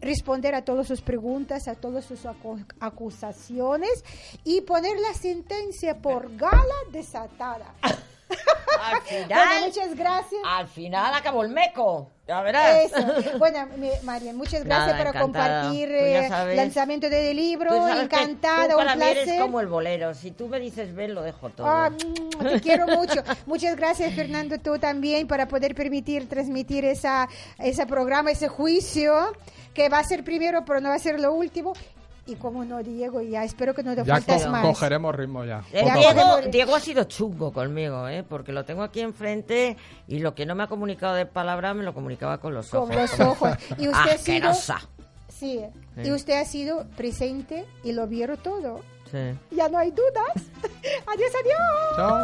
Speaker 1: responder a todas sus preguntas, a todas sus acu- acusaciones y poner la sentencia por gala desatada.
Speaker 3: Al
Speaker 1: Bueno,
Speaker 3: final,
Speaker 1: muchas gracias.
Speaker 3: al final acabó el meco. Ya verás.
Speaker 1: Eso. Bueno, mi- María, muchas
Speaker 3: Nada,
Speaker 1: gracias por
Speaker 3: encantada.
Speaker 1: compartir
Speaker 3: Tú ya
Speaker 1: eh,
Speaker 3: sabes.
Speaker 1: lanzamiento del libro.
Speaker 3: Tú sabes que
Speaker 1: Encantada,
Speaker 3: tú
Speaker 1: un
Speaker 3: para mí
Speaker 1: placer.
Speaker 3: eres como el bolero. Si tú me dices ven, lo dejo todo.
Speaker 1: Ah, mm, te quiero mucho. Muchas gracias, Fernando, tú también, para poder permitir transmitir esa, ese programa, ese juicio, que va a ser primero, pero no va a ser lo último. Y como no, Diego, ya espero que no te
Speaker 2: Ya
Speaker 1: faltas
Speaker 2: co-
Speaker 1: más.
Speaker 2: cogeremos ritmo ya.
Speaker 3: Eh,
Speaker 2: Poco
Speaker 1: Ya
Speaker 2: a poco.
Speaker 1: veremos.
Speaker 3: Diego, Diego ha sido chungo conmigo, ¿eh? porque lo tengo aquí enfrente y lo que no me ha comunicado de palabra me lo comunicaba con los ojos.
Speaker 1: Con los ojos. Y usted ha sido-
Speaker 3: Asquerosa.
Speaker 1: Sí.
Speaker 3: Sí.
Speaker 1: Y usted ha sido presente y lo vieron todo.
Speaker 3: Sí.
Speaker 1: Ya no hay dudas. adiós, adiós.
Speaker 2: Chao.